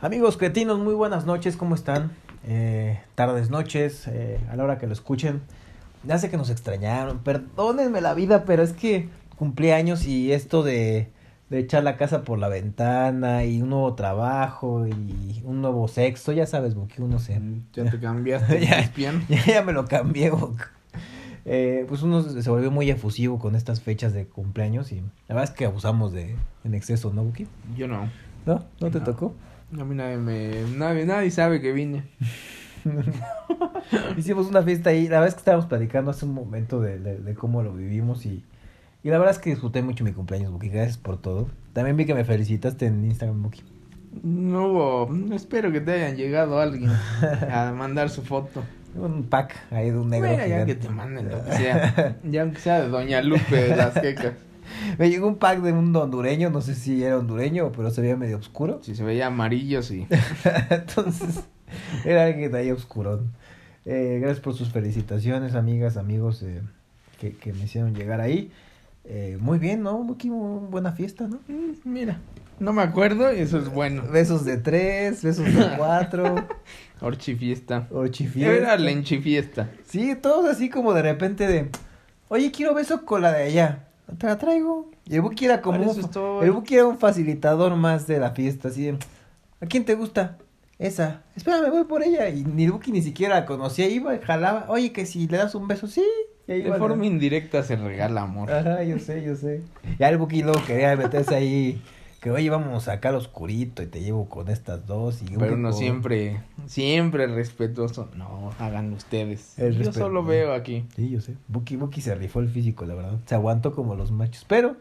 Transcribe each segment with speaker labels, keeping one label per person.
Speaker 1: Amigos cretinos, muy buenas noches, ¿cómo están? Eh, tardes, noches, eh, a la hora que lo escuchen. Ya sé que nos extrañaron, perdónenme la vida, pero es que cumplí años y esto de, de echar la casa por la ventana y un nuevo trabajo y un nuevo sexo, ya sabes, Buki, uno se...
Speaker 2: Ya te cambiaste,
Speaker 1: Este, Ya.
Speaker 2: bien.
Speaker 1: Ya, ya me lo cambié, Bok. Eh, pues uno se volvió muy efusivo con estas fechas de cumpleaños y la verdad es que abusamos de en exceso, ¿no, Buki?
Speaker 2: Yo no.
Speaker 1: ¿No? ¿No te
Speaker 2: No.
Speaker 1: tocó?
Speaker 2: A mí nadie me... Nadie, nadie sabe que vine.
Speaker 1: Hicimos una fiesta ahí, la verdad es que estábamos platicando hace un momento de, de- de cómo lo vivimos y, y la verdad es que disfruté mucho mi cumpleaños, Buki, gracias por todo. También vi que me felicitaste en Instagram, Buki.
Speaker 2: No hubo... Espero que te hayan llegado alguien a mandar su foto.
Speaker 1: Un pack ahí de un negro
Speaker 2: Mira, ya
Speaker 1: gigante.
Speaker 2: que te manden lo que sea. Ya aunque sea de Doña Lupe de las quecas.
Speaker 1: Me llegó un pack de un hondureño, no sé si era hondureño, pero se veía medio oscuro.
Speaker 2: Si se veía amarillo, sí.
Speaker 1: Entonces, era alguien ahí oscurón. Eh, gracias por sus felicitaciones, amigas, amigos eh, que, que me hicieron llegar ahí. Eh, muy bien, ¿no? Buki, muy buena fiesta, ¿no?
Speaker 2: Mm, Mira, no me acuerdo y eso es bueno.
Speaker 1: Besos de tres, besos de cuatro,
Speaker 2: Orchifiesta.
Speaker 1: orchifiesta.
Speaker 2: Era la enchifiesta.
Speaker 1: Sí, todos así como de repente de, oye, quiero beso con la de allá. Te la traigo. Y el Buki era como
Speaker 2: Para
Speaker 1: un,
Speaker 2: eso
Speaker 1: fa-
Speaker 2: estoy.
Speaker 1: el Buki era un facilitador más de la fiesta, así de, ¿a quién te gusta? Esa. Espérame, voy por ella. Y ni el Buki ni siquiera la conocía, iba, y jalaba, oye, que si le das un beso, sí. Y ahí
Speaker 2: De
Speaker 1: iba,
Speaker 2: forma
Speaker 1: ¿no?
Speaker 2: indirecta se regala amor.
Speaker 1: Ajá, yo sé, yo sé. Ya el Buki luego quería meterse ahí, que oye, vamos acá al oscurito y te llevo con estas dos. Y
Speaker 2: Pero uno
Speaker 1: con-
Speaker 2: siempre, siempre respetuoso. No, hagan ustedes.
Speaker 1: El
Speaker 2: Yo
Speaker 1: respeto.
Speaker 2: solo veo aquí.
Speaker 1: Sí, yo sé. Buki, Buki se rifó el físico, la verdad. Se aguantó como los machos, pero...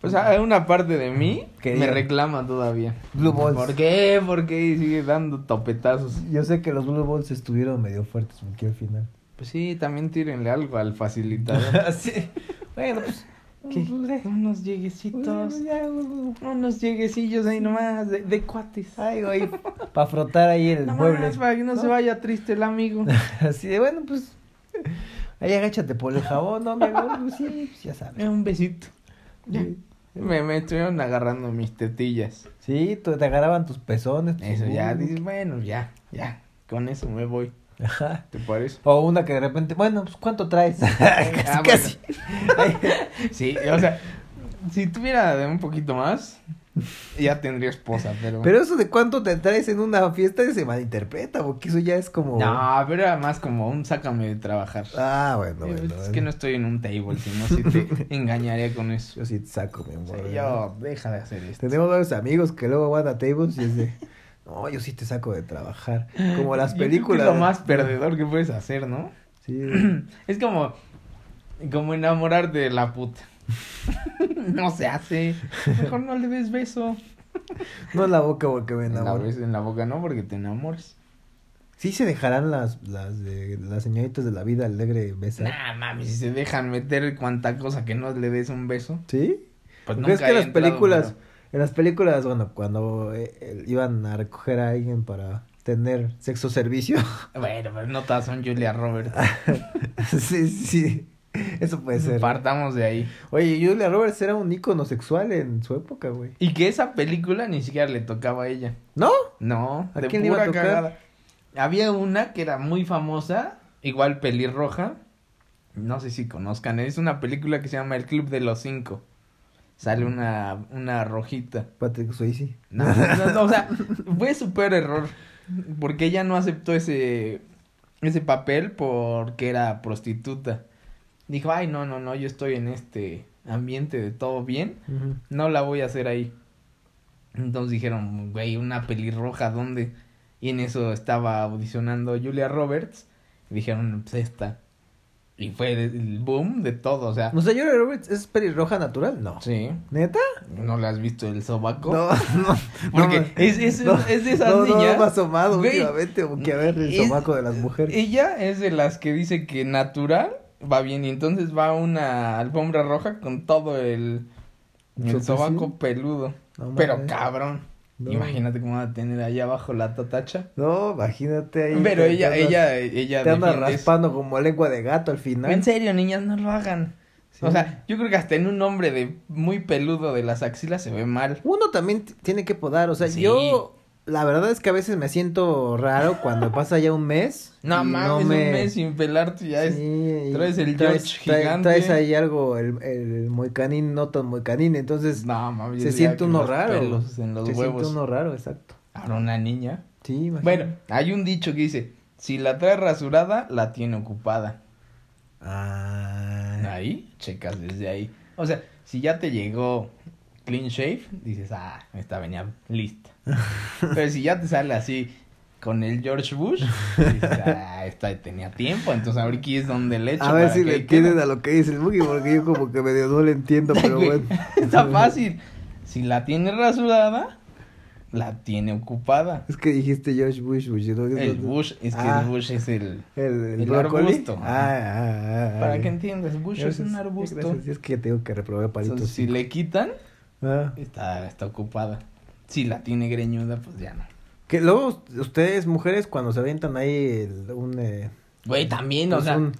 Speaker 2: Pues hay una parte de mí
Speaker 1: Que
Speaker 2: que me
Speaker 1: digan.
Speaker 2: reclama todavía.
Speaker 1: Blue balls.
Speaker 2: ¿Por qué? ¿Por qué? Y sigue dando topetazos.
Speaker 1: Yo sé que los Blue Balls estuvieron medio fuertes aquí al final.
Speaker 2: Pues sí, también tírenle algo al facilitador.
Speaker 1: sí. Bueno, pues.
Speaker 2: ¿Qué? Unos lleguecitos. Unos lleguecillos ahí nomás de, de cuates.
Speaker 1: Ay, güey. Para frotar ahí el
Speaker 2: Nomás
Speaker 1: mueble.
Speaker 2: para que no, se vaya triste el amigo.
Speaker 1: Así de, bueno, pues. Ahí agáchate por el jabón, ¿no, mi amor? Pues sí, pues ya sabes.
Speaker 2: Eh, Un besito. Ya.
Speaker 1: Sí.
Speaker 2: Me, me estuvieron agarrando mis tetillas.
Speaker 1: Sí, tú- te agarraban tus pezones. tus
Speaker 2: Eso ya,
Speaker 1: bulbos.
Speaker 2: dices, bueno, ya, ya. Con eso me voy.
Speaker 1: Ajá.
Speaker 2: ¿Te parece?
Speaker 1: O una que de repente, bueno, pues ¿cuánto traes? casi,
Speaker 2: Ah, bueno.
Speaker 1: casi.
Speaker 2: Sí, o sea, si tuviera de un poquito más, ya tendría esposa, pero.
Speaker 1: Pero eso de cuánto te traes en una fiesta se malinterpreta, porque eso ya es como.
Speaker 2: No, pero era más como un sácame de trabajar.
Speaker 1: Ah, bueno,
Speaker 2: Eh,
Speaker 1: bueno.
Speaker 2: es que no estoy en un table, sino si te engañaría con eso.
Speaker 1: Yo sí te saco, mi
Speaker 2: O
Speaker 1: amor.
Speaker 2: sea, yo, deja de hacer esto.
Speaker 1: Tenemos varios amigos que luego van a tables y es de, no, yo sí te saco de trabajar. Como las
Speaker 2: Yo creo que
Speaker 1: películas.
Speaker 2: es lo más perdedor que puedes hacer, ¿no?
Speaker 1: Sí.
Speaker 2: Es como, como enamorarte de la puta. no se hace. Mejor no le des beso.
Speaker 1: No en la boca porque me
Speaker 2: En la,
Speaker 1: enamoro.
Speaker 2: bes- en la boca no, porque te enamores.
Speaker 1: Sí se dejarán las, las de las señoritas de la vida alegre besar.
Speaker 2: Nah, mami, si se dejan meter cuanta cosa que no le des un beso.
Speaker 1: ¿Sí?
Speaker 2: Pues
Speaker 1: ¿Crees
Speaker 2: nunca
Speaker 1: que
Speaker 2: he
Speaker 1: en las
Speaker 2: entrado,
Speaker 1: películas,
Speaker 2: pero-
Speaker 1: en las películas, bueno, cuando eh, eh, iban a recoger a alguien para tener sexo servicio?
Speaker 2: Bueno, pero no todas son Julia Roberts.
Speaker 1: sí, sí. Eso puede ser.
Speaker 2: Partamos de ahí.
Speaker 1: Oye, Julia Roberts era un ícono sexual en su época, güey.
Speaker 2: Y que esa película ni siquiera le tocaba a ella.
Speaker 1: ¿No?
Speaker 2: No,
Speaker 1: ¿A
Speaker 2: de
Speaker 1: quién le iba a
Speaker 2: pura
Speaker 1: tocar?
Speaker 2: cagada. Había una que era muy famosa, igual pelirroja. No sé si conozcan, es una película que se llama El Club de los Cinco. Sale una, una rojita.
Speaker 1: Patrick Swayze.
Speaker 2: No, no, no, o sea, fue su peor error. Porque ella no aceptó ese, ese papel porque era prostituta. Dijo, ay, no, no, no, yo estoy en este ambiente de todo bien.
Speaker 1: Ujú.
Speaker 2: No la voy a hacer ahí. Entonces dijeron, güey, una pelirroja, ¿dónde? Y en eso estaba audicionando Julia Roberts. Y dijeron, pues esta. Y fue el boom de todo, o sea.
Speaker 1: O sea, Julia Roberts es pelirroja natural, no.
Speaker 2: Sí.
Speaker 1: ¿Neta?
Speaker 2: ¿No la has visto el sobaco?
Speaker 1: no.
Speaker 2: Porque
Speaker 1: no,
Speaker 2: es, es,
Speaker 1: no,
Speaker 2: es de esas
Speaker 1: no, no,
Speaker 2: niñas.
Speaker 1: No, me ha asomado
Speaker 2: Güey,
Speaker 1: últimamente, porque a ver el
Speaker 2: es-
Speaker 1: sobaco de las mujeres.
Speaker 2: Ella es de las que dice que natural va bien. Y entonces va a una alfombra roja con todo el,
Speaker 1: Su
Speaker 2: el sobaco peludo.
Speaker 1: No
Speaker 2: Pero
Speaker 1: mames.
Speaker 2: cabrón.
Speaker 1: No.
Speaker 2: Imagínate cómo va a tener allá abajo la tatacha.
Speaker 1: No, imagínate ahí.
Speaker 2: Pero
Speaker 1: te-
Speaker 2: ella,
Speaker 1: te andas-
Speaker 2: ella, ella.
Speaker 1: Te anda
Speaker 2: defiende eso.
Speaker 1: raspando como lengua de gato al final.
Speaker 2: En serio, niñas, no lo hagan.
Speaker 1: Sí.
Speaker 2: O sea, yo creo que hasta en un hombre de muy peludo de las axilas se ve mal.
Speaker 1: Uno también t- tiene que podar, o sea,
Speaker 2: Sí.
Speaker 1: yo La verdad es que a veces me siento raro cuando pasa ya un mes.
Speaker 2: No
Speaker 1: y
Speaker 2: mames, un mes sin pelarte ya es.
Speaker 1: Sí, y
Speaker 2: traes el George
Speaker 1: trae-
Speaker 2: gigante.
Speaker 1: Traes ahí algo, el, el muy canín, no tan muy canín. Entonces,
Speaker 2: No mames.
Speaker 1: se
Speaker 2: yo diría
Speaker 1: siente
Speaker 2: que
Speaker 1: uno
Speaker 2: los
Speaker 1: raro.
Speaker 2: pelos en los
Speaker 1: se
Speaker 2: huevos.
Speaker 1: siente uno raro, exacto.
Speaker 2: Ahora una niña.
Speaker 1: Sí, imagínate.
Speaker 2: Bueno, hay un dicho que dice: si la trae rasurada, la tiene ocupada.
Speaker 1: Ah,
Speaker 2: Ahí, checas desde ahí. O sea, si ya te llegó clean shave, dices, ah, esta venía lista. Pero si ya te sale así con el George Bush, dices, ah, esta tenía tiempo, entonces ahorita es donde le echo.
Speaker 1: a ver
Speaker 2: para
Speaker 1: si
Speaker 2: que
Speaker 1: le
Speaker 2: ahí
Speaker 1: entienden
Speaker 2: quede".
Speaker 1: a lo que dice el Boogie, porque yo como que medio no le entiendo, pero
Speaker 2: Güey,
Speaker 1: bueno.
Speaker 2: Está fácil. Si la tiene rasurada, la tiene ocupada.
Speaker 1: Es que dijiste George Bush, Bush. ¿no?
Speaker 2: El Bush, es que
Speaker 1: Ah.
Speaker 2: el Bush es el...
Speaker 1: El, el
Speaker 2: El
Speaker 1: brócoli.
Speaker 2: arbusto.
Speaker 1: Ah, ah, ah,
Speaker 2: Para
Speaker 1: ah,
Speaker 2: que
Speaker 1: ya.
Speaker 2: entiendas, Bush es
Speaker 1: Gracias,
Speaker 2: un arbusto.
Speaker 1: gracias. Es que tengo que reprobar palitos.
Speaker 2: Entonces, si le quitan,
Speaker 1: Ah.
Speaker 2: Está, está ocupada. Si la tiene greñuda, pues ya no.
Speaker 1: Que luego ustedes, mujeres, cuando se avientan ahí el- un... eh,
Speaker 2: Güey, también, o
Speaker 1: pues,
Speaker 2: sea,
Speaker 1: un-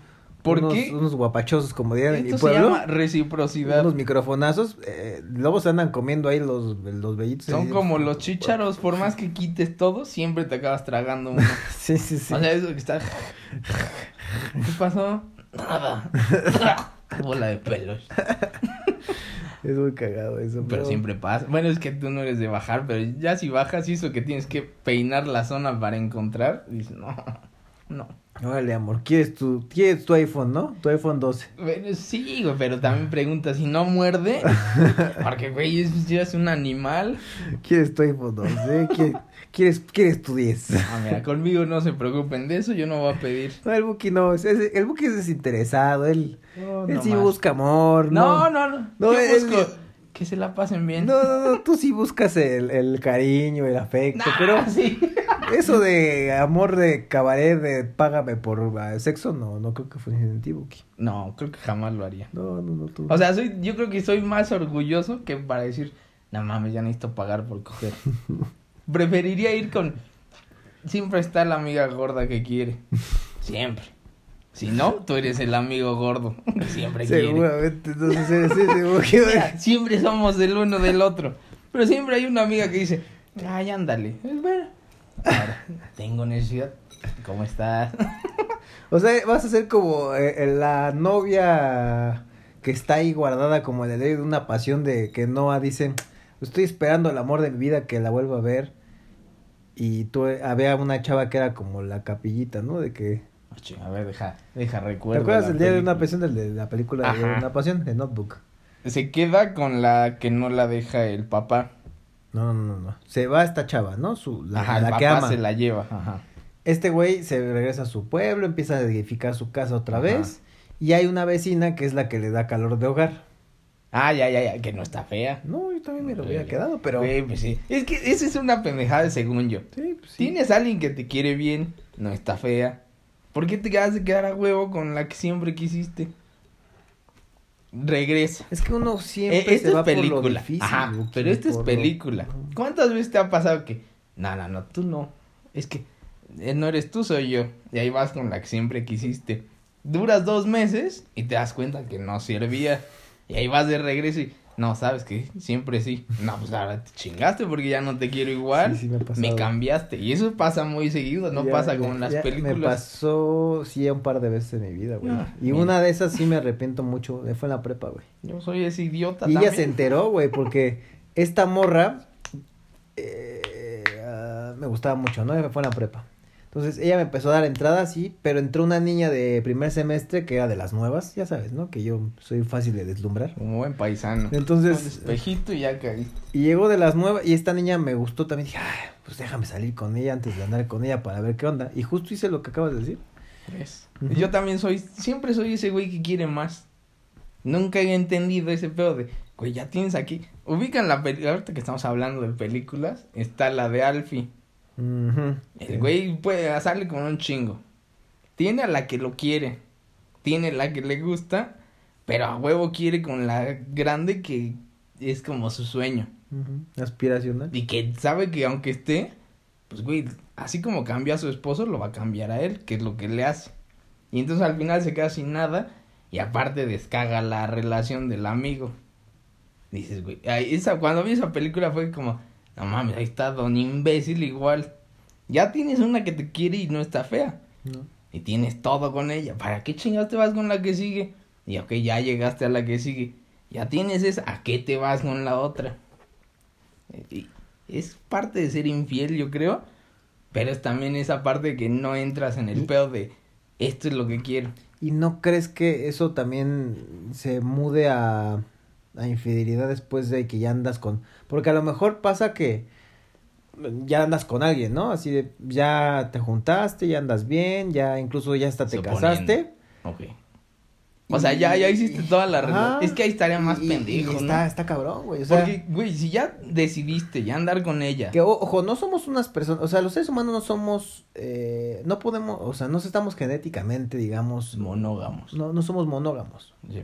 Speaker 2: ¿por
Speaker 1: unos,
Speaker 2: qué?
Speaker 1: unos guapachosos, como dirían en mi
Speaker 2: esto se
Speaker 1: pueblo.
Speaker 2: llama reciprocidad.
Speaker 1: Unos microfonazos. eh, luego se andan comiendo ahí los, los vellitos.
Speaker 2: Son
Speaker 1: ahí.
Speaker 2: como los chícharos, por más que quites todo, siempre te acabas tragando uno.
Speaker 1: Sí, sí, sí.
Speaker 2: O sea, eso que está... ¿Qué pasó? Nada. Bola de pelos.
Speaker 1: Es muy cagado eso.
Speaker 2: Pero siempre pasa. Bueno, es que tú no eres de bajar, pero ya si bajas y eso que tienes que peinar la zona para encontrar, dices, no, no.
Speaker 1: Órale, amor. ¿Quieres tu, quieres tu iPhone, no? Tu iPhone 12.
Speaker 2: Bueno, sí, güey, pero también pregunta si no muerde. Porque, güey, es, pues, ya es un animal.
Speaker 1: ¿Quieres tu iPhone 12? eh? ¿Quieres, quieres, quieres tu 10?
Speaker 2: Ah, mira, conmigo no se preocupen de eso, yo no voy a pedir.
Speaker 1: No, el Buki no. es- es- el Buki es desinteresado. Él,
Speaker 2: No,
Speaker 1: él
Speaker 2: no
Speaker 1: sí
Speaker 2: más.
Speaker 1: busca amor.
Speaker 2: No, no, no.
Speaker 1: No,
Speaker 2: yo
Speaker 1: es
Speaker 2: busco que se la pasen bien.
Speaker 1: No, no, no, tú sí buscas el, el cariño, el afecto,
Speaker 2: Nah,
Speaker 1: pero
Speaker 2: sí.
Speaker 1: eso de amor de cabaret, de págame por ah, sexo, no, no creo que funcione en ti, Buki.
Speaker 2: No, creo que jamás lo haría.
Speaker 1: No, no, no, tú.
Speaker 2: O sea, soy, yo creo que soy más orgulloso que para decir, no mames, ya necesito pagar por coger. Preferiría ir con. Siempre está la amiga gorda que quiere. Siempre. Si no, tú eres el amigo gordo. que Siempre quiere.
Speaker 1: Seguramente, entonces eres ese Buki.
Speaker 2: Mira, siempre somos del uno del otro. Pero siempre hay una amiga que dice, ay, ándale. Es bueno. Ahora, tengo necesidad. ¿Cómo estás?
Speaker 1: O sea, vas a ser como eh, eh, la novia que está ahí guardada como en el medio de una pasión de que Noah dice, estoy esperando el amor de mi vida que la vuelva a ver. Y tú eh, había una chava que era como la capillita, ¿no? De que...
Speaker 2: Oye, A ver, deja, deja
Speaker 1: ¿Te
Speaker 2: recuerdo.
Speaker 1: acuerdas
Speaker 2: la
Speaker 1: el día de una
Speaker 2: película.
Speaker 1: pasión, del de la película de
Speaker 2: Ajá.
Speaker 1: una pasión, de Notebook?
Speaker 2: Se queda con la que no la deja el papá.
Speaker 1: No, no, no, no. Se va esta chava, ¿no? Su, la,
Speaker 2: Ajá,
Speaker 1: la
Speaker 2: el
Speaker 1: que
Speaker 2: papá
Speaker 1: ama.
Speaker 2: se la lleva. Ajá.
Speaker 1: Este güey se regresa a su pueblo, empieza a edificar su casa otra
Speaker 2: Ajá.
Speaker 1: vez. Y hay una vecina que es la que le da calor de hogar.
Speaker 2: Ah, ya, ya, ya, que no está fea.
Speaker 1: No, yo también me lo hubiera
Speaker 2: Güey,
Speaker 1: quedado, pero...
Speaker 2: güey, pues sí. Es que esa es una pendejada según yo.
Speaker 1: Sí, pues sí.
Speaker 2: Tienes a alguien que te quiere bien, no está fea. ¿Por qué te vas de quedar a huevo con la que siempre quisiste? Regresa.
Speaker 1: Es que uno siempre
Speaker 2: Eh, esto
Speaker 1: se va
Speaker 2: es
Speaker 1: por lo
Speaker 2: película.
Speaker 1: difícil.
Speaker 2: Ajá,
Speaker 1: Buki,
Speaker 2: pero esto es
Speaker 1: por lo-
Speaker 2: película. ¿Cuántas veces te ha pasado que, no, no, no, tú no? Es que eh, no eres tú, soy yo. Y ahí vas con la que siempre quisiste. Duras dos meses y te das cuenta que no servía. Y ahí vas de regreso y, no, ¿sabes que Siempre sí. No, pues ahora te chingaste porque ya no te quiero igual.
Speaker 1: Sí, sí me ha pasado.
Speaker 2: me cambiaste. Y eso pasa muy seguido, no
Speaker 1: Ya,
Speaker 2: pasa
Speaker 1: ya,
Speaker 2: como en las
Speaker 1: ya
Speaker 2: películas.
Speaker 1: Me pasó, sí, un par de veces en mi vida, güey.
Speaker 2: Ah,
Speaker 1: y
Speaker 2: mira.
Speaker 1: una de esas sí me arrepiento mucho. eh, Fue en la prepa, güey.
Speaker 2: Yo soy ese idiota
Speaker 1: Y ella
Speaker 2: también.
Speaker 1: se enteró, güey, porque esta morra eh, ah, me gustaba mucho, ¿no? Me fue en la prepa. Entonces ella me empezó a dar entrada, sí, pero entró una niña de primer semestre que era de las nuevas, ya sabes, ¿no? Que yo soy fácil de deslumbrar.
Speaker 2: Como buen paisano. Un
Speaker 1: Entonces,
Speaker 2: espejito y ya caí.
Speaker 1: y llegó de las nuevas y esta niña me gustó también. Dije, "Ah, pues déjame salir con ella antes de andar con ella para ver qué onda. Y justo hice lo que acabas de decir.
Speaker 2: Es.
Speaker 1: Ujú.
Speaker 2: Yo también soy, siempre soy ese güey que quiere más. Nunca he entendido ese pedo de, güey, ya tienes aquí. Ubican la película, ahorita que estamos hablando de películas, está la de Alfie.
Speaker 1: Ujú.
Speaker 2: El güey puede sale con un chingo. Tiene a la que lo quiere, tiene la que le gusta, pero a huevo quiere con la grande que es como su sueño.
Speaker 1: Ujú. Aspiracional.
Speaker 2: Y que sabe que aunque esté, pues güey, así como cambia a su esposo, lo va a cambiar a él, que es lo que le hace. Y entonces al final se queda sin nada y aparte descaga la relación del amigo. Dices, güey, ay, esa, cuando vi esa película fue como, No mames, ahí está don imbécil igual. Ya tienes una que te quiere y no está fea.
Speaker 1: No.
Speaker 2: Y tienes todo con ella. ¿Para qué chingados te vas con la que sigue? Y ok, ya llegaste a la que sigue. Ya tienes esa. ¿A qué te vas con la otra? Y es parte de ser infiel, yo creo. Pero es también esa parte que no entras en el pedo de esto es lo que quiero.
Speaker 1: ¿Y no crees que eso también se mude a, a infidelidad después de que ya andas con... Porque a lo mejor pasa que ya andas con alguien, ¿no? Así de, ya te juntaste, ya andas bien, ya incluso ya hasta te
Speaker 2: Suponiendo.
Speaker 1: casaste.
Speaker 2: Ok. O sea, ya, ya hiciste toda la
Speaker 1: Ajá.
Speaker 2: relación. Es que ahí estaría más
Speaker 1: Y- y
Speaker 2: pendejo, ¿no?
Speaker 1: está, está cabrón, güey. O sea,
Speaker 2: Porque, güey, si ya decidiste ya andar con ella.
Speaker 1: que o- ojo, no somos unas personas, o sea, los seres humanos no somos, eh, no podemos, o sea, no estamos genéticamente, digamos,
Speaker 2: pues Monógamos.
Speaker 1: no, no somos monógamos.
Speaker 2: Sí.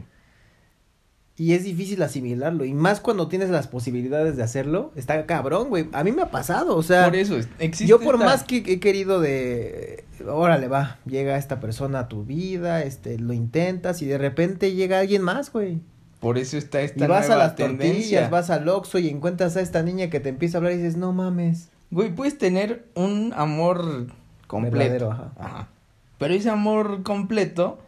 Speaker 1: Y es difícil asimilarlo. Y más cuando tienes las posibilidades de hacerlo. Está cabrón, güey. A mí me ha pasado. O sea,
Speaker 2: Por eso, es- existe
Speaker 1: yo por
Speaker 2: esta-
Speaker 1: más que he querido de... eh, Órale, va. Llega esta persona a tu vida. este Lo intentas y de repente llega alguien más, güey.
Speaker 2: Por eso está esta
Speaker 1: Y vas a
Speaker 2: nueva
Speaker 1: las
Speaker 2: tendencia.
Speaker 1: tortillas, vas al Oxxo y encuentras a esta niña que te empieza a hablar y dices, no mames.
Speaker 2: Güey, puedes tener un amor completo.
Speaker 1: Verdadero, ajá.
Speaker 2: Pero ese amor completo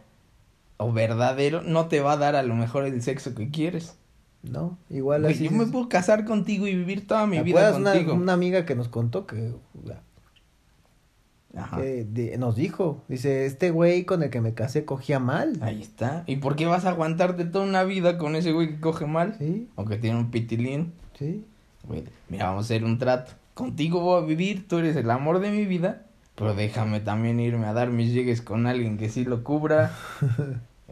Speaker 2: o verdadero no te va a dar a lo mejor el sexo que quieres.
Speaker 1: No, igual
Speaker 2: Güey,
Speaker 1: así.
Speaker 2: yo
Speaker 1: es.
Speaker 2: me puedo casar contigo y vivir toda mi
Speaker 1: ¿Te
Speaker 2: vida
Speaker 1: acuerdas una-
Speaker 2: contigo.
Speaker 1: Una, amiga que nos contó que...
Speaker 2: Ajá.
Speaker 1: que de- nos dijo, dice, este güey con el que me casé cogía mal.
Speaker 2: Ahí está. ¿Y por qué vas a aguantarte toda una vida con ese güey que coge mal?
Speaker 1: Sí,
Speaker 2: O que tiene un pitilín.
Speaker 1: sí.
Speaker 2: Güey, Mira, vamos a hacer un trato. Contigo voy a vivir, tú eres el amor de mi vida. Pero déjame también irme a dar mis llegues con alguien que sí lo cubra.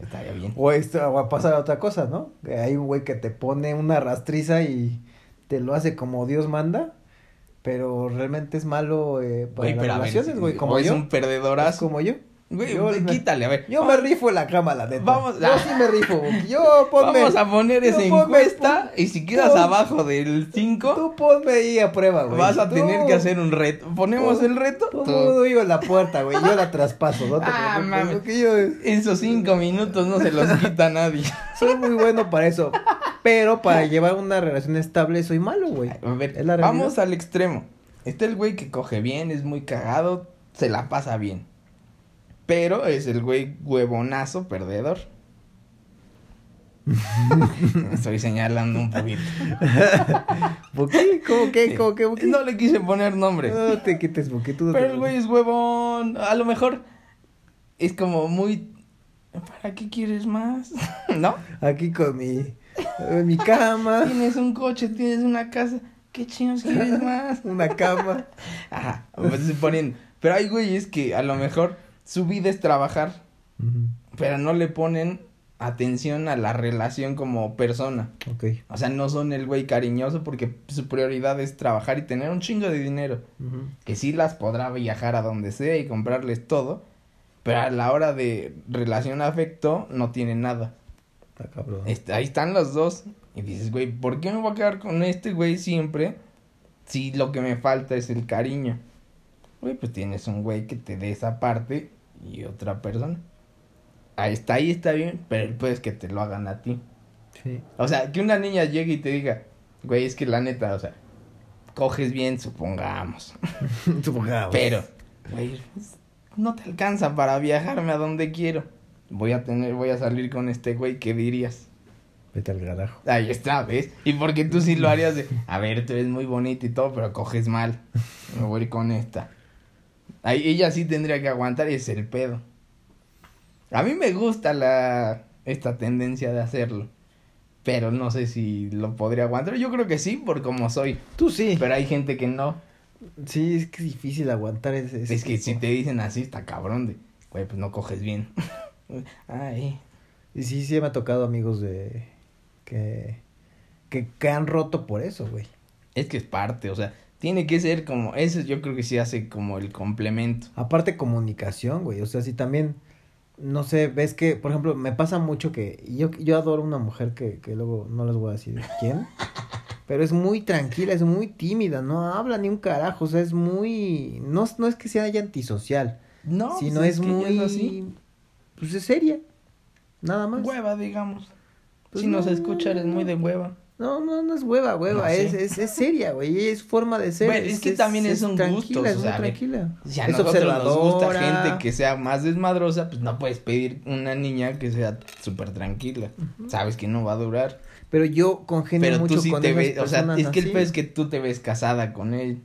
Speaker 2: Estaría bien.
Speaker 1: O, esto, o pasa otra cosa, ¿no? Que hay un güey que te pone una rastriza y te lo hace como Dios manda, pero realmente es malo eh, para
Speaker 2: Güey,
Speaker 1: las
Speaker 2: pero a ver,
Speaker 1: relaciones, güey,
Speaker 2: o
Speaker 1: como
Speaker 2: es
Speaker 1: yo.
Speaker 2: un
Speaker 1: eh, Es
Speaker 2: perdedorazo.
Speaker 1: como yo.
Speaker 2: Güey,
Speaker 1: Yo
Speaker 2: güey,
Speaker 1: me-
Speaker 2: quítale, a ver.
Speaker 1: Yo me rifo en la cama, la neta.
Speaker 2: Vamos- ah.
Speaker 1: yo sí me rifo. Buki. Yo ponme.
Speaker 2: Vamos a poner
Speaker 1: yo
Speaker 2: esa
Speaker 1: ponme-
Speaker 2: encuesta y si quedas
Speaker 1: pon-
Speaker 2: abajo del 5
Speaker 1: Tú ponme ahí a prueba, güey.
Speaker 2: vas a
Speaker 1: Tú-
Speaker 2: tener que hacer un reto. Ponemos
Speaker 1: Pon-
Speaker 2: el reto.
Speaker 1: Tú,
Speaker 2: tú-
Speaker 1: yo en la puerta, güey. Yo la traspaso, no te
Speaker 2: Ah,
Speaker 1: preocupes,
Speaker 2: mames.
Speaker 1: porque yo
Speaker 2: Esos cinco minutos no se los quita a nadie.
Speaker 1: soy muy bueno para eso. Pero para llevar una relación estable soy malo, güey.
Speaker 2: A ver,
Speaker 1: Es la realidad.
Speaker 2: vamos al extremo. Está el güey que coge bien, es muy cagado, se la pasa bien. Pero es el güey huevonazo perdedor. Me estoy señalando un poquito.
Speaker 1: ¿Por qué? ¿Cómo qué? ¿Cómo qué? ¿Cómo qué?
Speaker 2: No le quise poner nombre.
Speaker 1: No te quites porque tú no te-
Speaker 2: Pero el güey es huevón. A lo mejor es como muy. ¿Para qué quieres más? ¿No?
Speaker 1: Aquí con mi, en mi cama,
Speaker 2: Tienes un coche, tienes una casa. ¿Qué chingados quieres más?
Speaker 1: una cama.
Speaker 2: Ajá, pues, se ponen- Pero hay güeyes que a lo mejor su vida es trabajar, pero no le ponen atención a la relación como persona.
Speaker 1: Ok.
Speaker 2: O sea, no son el güey cariñoso porque su prioridad es trabajar y tener un chingo de dinero.
Speaker 1: Ujú.
Speaker 2: Que sí las podrá viajar a donde sea y comprarles todo, pero a la hora de relación afecto no tiene nada.
Speaker 1: Está cabrón.
Speaker 2: Est- ahí están los dos. Y dices, güey, ¿por qué me voy a quedar con este güey siempre si lo que me falta es el cariño? Güey, pues tienes un güey que te dé esa parte y otra persona. Ahí está, ahí está bien, pero el pedo es que te lo hagan a ti.
Speaker 1: Sí.
Speaker 2: O sea, que una niña llegue y te diga, güey, es que la neta, o sea, coges bien, supongamos.
Speaker 1: Supongamos.
Speaker 2: Pero, güey, pues, no te alcanza para viajarme a donde quiero. Voy a tener, voy a salir con este güey, ¿qué dirías?
Speaker 1: Vete al carajo.
Speaker 2: Ahí está, ¿ves? Y porque tú sí lo harías de, a ver, tú eres muy bonita y todo, pero coges mal. Me voy a ir con esta. Ahí ella sí tendría que aguantar y es el pedo. A mí me gusta la esta tendencia de hacerlo, pero no sé si lo podría aguantar. Yo creo que sí, por como soy,
Speaker 1: Tú sí.
Speaker 2: pero hay gente que no.
Speaker 1: Sí, es que es difícil aguantar ese. ese
Speaker 2: Es que si
Speaker 1: tipo.
Speaker 2: te dicen así, está cabrón de, güey, pues no coges bien. Ay.
Speaker 1: Y sí, sí me ha tocado amigos de. que. que, que han roto por eso, güey.
Speaker 2: Es que es parte, o sea, tiene que ser como, eso yo creo que sí hace como el complemento.
Speaker 1: Aparte comunicación, güey. O sea, si también, no sé, ves que, por ejemplo, me pasa mucho que yo, yo adoro una mujer que, que luego no les voy a decir quién. Pero es muy tranquila, es muy tímida, no habla ni un carajo, o sea, es muy... No, no es que sea ya antisocial,
Speaker 2: No,
Speaker 1: sino
Speaker 2: pues
Speaker 1: es,
Speaker 2: que ya
Speaker 1: muy...
Speaker 2: así.
Speaker 1: Pues es seria, nada más.
Speaker 2: Hueva, digamos.
Speaker 1: Pues
Speaker 2: si nos
Speaker 1: no,
Speaker 2: escuchas es muy de hueva.
Speaker 1: No, no, no es hueva, hueva,
Speaker 2: No,
Speaker 1: es,
Speaker 2: sí.
Speaker 1: es, es seria, güey, es forma de ser.
Speaker 2: Bueno, es que también es un
Speaker 1: tranquila,
Speaker 2: gusto,
Speaker 1: es
Speaker 2: o
Speaker 1: muy
Speaker 2: sea, a ver,
Speaker 1: tranquila.
Speaker 2: Si a
Speaker 1: es
Speaker 2: nosotros nos gusta
Speaker 1: observadora.
Speaker 2: gente que sea más desmadrosa, pues no puedes pedir una niña que sea súper tranquila. Sabes que no va a durar.
Speaker 1: Pero yo congenio
Speaker 2: Pero
Speaker 1: mucho
Speaker 2: tú sí
Speaker 1: con
Speaker 2: te
Speaker 1: esas
Speaker 2: ves, o sea,
Speaker 1: personas
Speaker 2: es que el
Speaker 1: así.
Speaker 2: peor es que tú te ves casada con él.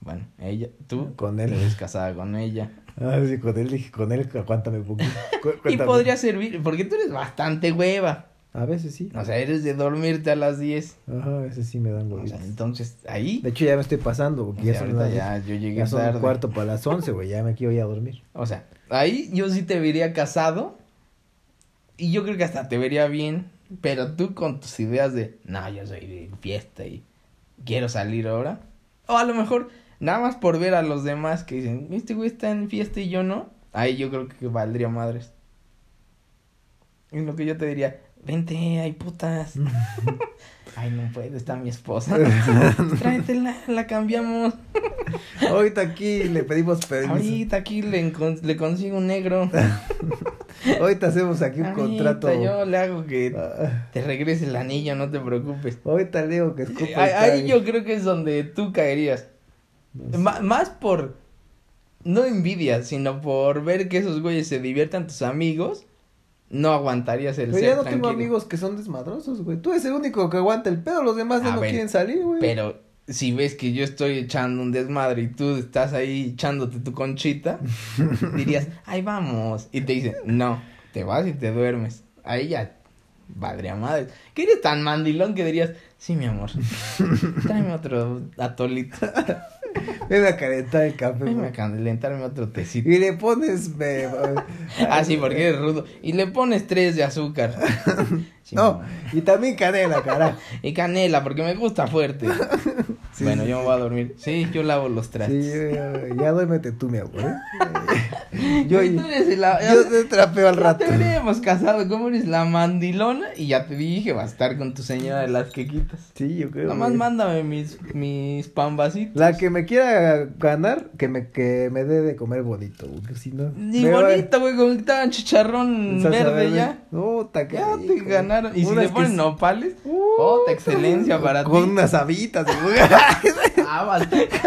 Speaker 2: Bueno, ella, tú
Speaker 1: Con
Speaker 2: te
Speaker 1: él.
Speaker 2: ves casada con ella.
Speaker 1: Ah, sí, con él dije, con él, aguántame un poquito. Cu-
Speaker 2: Y
Speaker 1: cuéntame.
Speaker 2: podría servir, porque tú eres bastante hueva.
Speaker 1: A veces sí.
Speaker 2: O sea, eres de dormirte a las 10.
Speaker 1: Ah, Ajá, a veces sí me dan
Speaker 2: O sea,
Speaker 1: huevitas.
Speaker 2: entonces, ahí.
Speaker 1: De hecho, Pues, ya me estoy pasando,
Speaker 2: o
Speaker 1: porque
Speaker 2: sea,
Speaker 1: ya son
Speaker 2: ahorita
Speaker 1: las-
Speaker 2: ya yo llegué
Speaker 1: ya son
Speaker 2: tarde.
Speaker 1: cuarto para las once, güey, ya me quiero ir a dormir.
Speaker 2: O sea, ahí yo sí te vería casado. Y yo creo que hasta te vería bien. Pero tú con tus ideas de, no, yo soy de fiesta y quiero salir ahora. O a lo mejor, nada más por ver a los demás que dicen, este güey está en fiesta y yo no. Ahí yo creo que valdría madres. Es lo que yo te diría, vente, ay putas. ay, no puedo, está mi esposa. Tráetela, la cambiamos.
Speaker 1: Ahorita aquí le pedimos permiso.
Speaker 2: Ahorita aquí le, encon- le consigo un negro.
Speaker 1: Ahorita hacemos aquí un
Speaker 2: Ahorita
Speaker 1: contrato.
Speaker 2: Yo le hago que
Speaker 1: Ah,
Speaker 2: te regrese el anillo, no te preocupes.
Speaker 1: Ahorita leo que escupa.
Speaker 2: Eh,
Speaker 1: el
Speaker 2: Ahí
Speaker 1: trago.
Speaker 2: yo creo que es donde tú caerías.
Speaker 1: No sé.
Speaker 2: Ma- más por. No envidia, sino por ver que esos güeyes se diviertan tus amigos. No aguantarías el
Speaker 1: Pero
Speaker 2: ser
Speaker 1: ya no
Speaker 2: tranquilo.
Speaker 1: tengo amigos que son desmadrosos, güey. Tú eres el único que aguanta el pedo, los demás ya
Speaker 2: A
Speaker 1: no
Speaker 2: ver,
Speaker 1: quieren salir, güey.
Speaker 2: Ah, Pero si ves que yo estoy echando un desmadre y tú estás ahí echándote tu conchita, dirías, ahí vamos. Y te dicen, no, te vas y te duermes. Ahí ya, valdría madre. Que eres tan mandilón que dirías, sí, mi amor, tráeme otro atolito,
Speaker 1: Ven a calentar el café,
Speaker 2: tráeme a
Speaker 1: güey.
Speaker 2: calentarme otro tecito.
Speaker 1: Y le pones. me-
Speaker 2: Así porque eres rudo. Y le pones tres de azúcar. Sí, mi
Speaker 1: No,
Speaker 2: amor.
Speaker 1: y también canela, carajo.
Speaker 2: Y canela, porque me gusta fuerte.
Speaker 1: Sí,
Speaker 2: bueno,
Speaker 1: sí,
Speaker 2: yo me voy a dormir. Sí, yo lavo los trastes.
Speaker 1: Sí, eh, ya duérmete tú, mi amor. ¿eh? Yo,
Speaker 2: Güey, tú
Speaker 1: yo
Speaker 2: eres el-
Speaker 1: te trapeo al
Speaker 2: Ya
Speaker 1: rato.
Speaker 2: te habríamos casado, ¿cómo eres la mandilona? Y ya te dije, va a estar con tu señora de las quequitas.
Speaker 1: Sí, yo creo.
Speaker 2: Nada más
Speaker 1: güey.
Speaker 2: mándame mis, mis pambacitos.
Speaker 1: La que me quiera ganar, que me, que me dé de comer bonito, porque si no.
Speaker 2: Ni
Speaker 1: me va-
Speaker 2: bonito, güey, como que estaban chicharrón
Speaker 1: salsa
Speaker 2: verde ya.
Speaker 1: No, ta que
Speaker 2: Ya te
Speaker 1: rico.
Speaker 2: ganaron. Y si
Speaker 1: Unas
Speaker 2: le
Speaker 1: que
Speaker 2: ponen
Speaker 1: sí-
Speaker 2: nopales, otra Oh, excelencia para ti.
Speaker 1: Uh, Con unas habitas. güey. Ah,
Speaker 2: habas.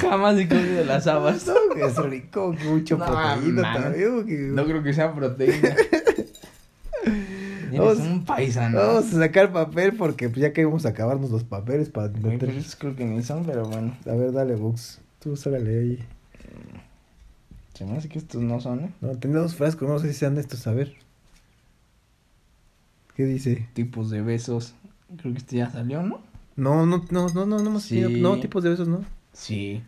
Speaker 2: Jamás he comido las habas.
Speaker 1: No, es rico, que mucho
Speaker 2: No,
Speaker 1: proteína
Speaker 2: man.
Speaker 1: también. que-
Speaker 2: No creo que sea proteína.
Speaker 1: Vamos-
Speaker 2: Eres un paisano.
Speaker 1: Vamos a sacar papel porque pues, ya queremos acabarnos los papeles para
Speaker 2: Güey, pero
Speaker 1: meter.
Speaker 2: esos creo que ni son, pero bueno.
Speaker 1: A ver, dale, Bux. Tú sálale ahí.
Speaker 2: Se me hace que estos no son, ¿eh?
Speaker 1: No, tenemos frascos, no sé si sean estos, a ver. ¿Qué dice?
Speaker 2: tipos de besos. Creo que este ya salió, ¿no?
Speaker 1: No, no, no, no, no, no hemos
Speaker 2: Sí.
Speaker 1: tenido- No, tipos de besos, no.
Speaker 2: Sí.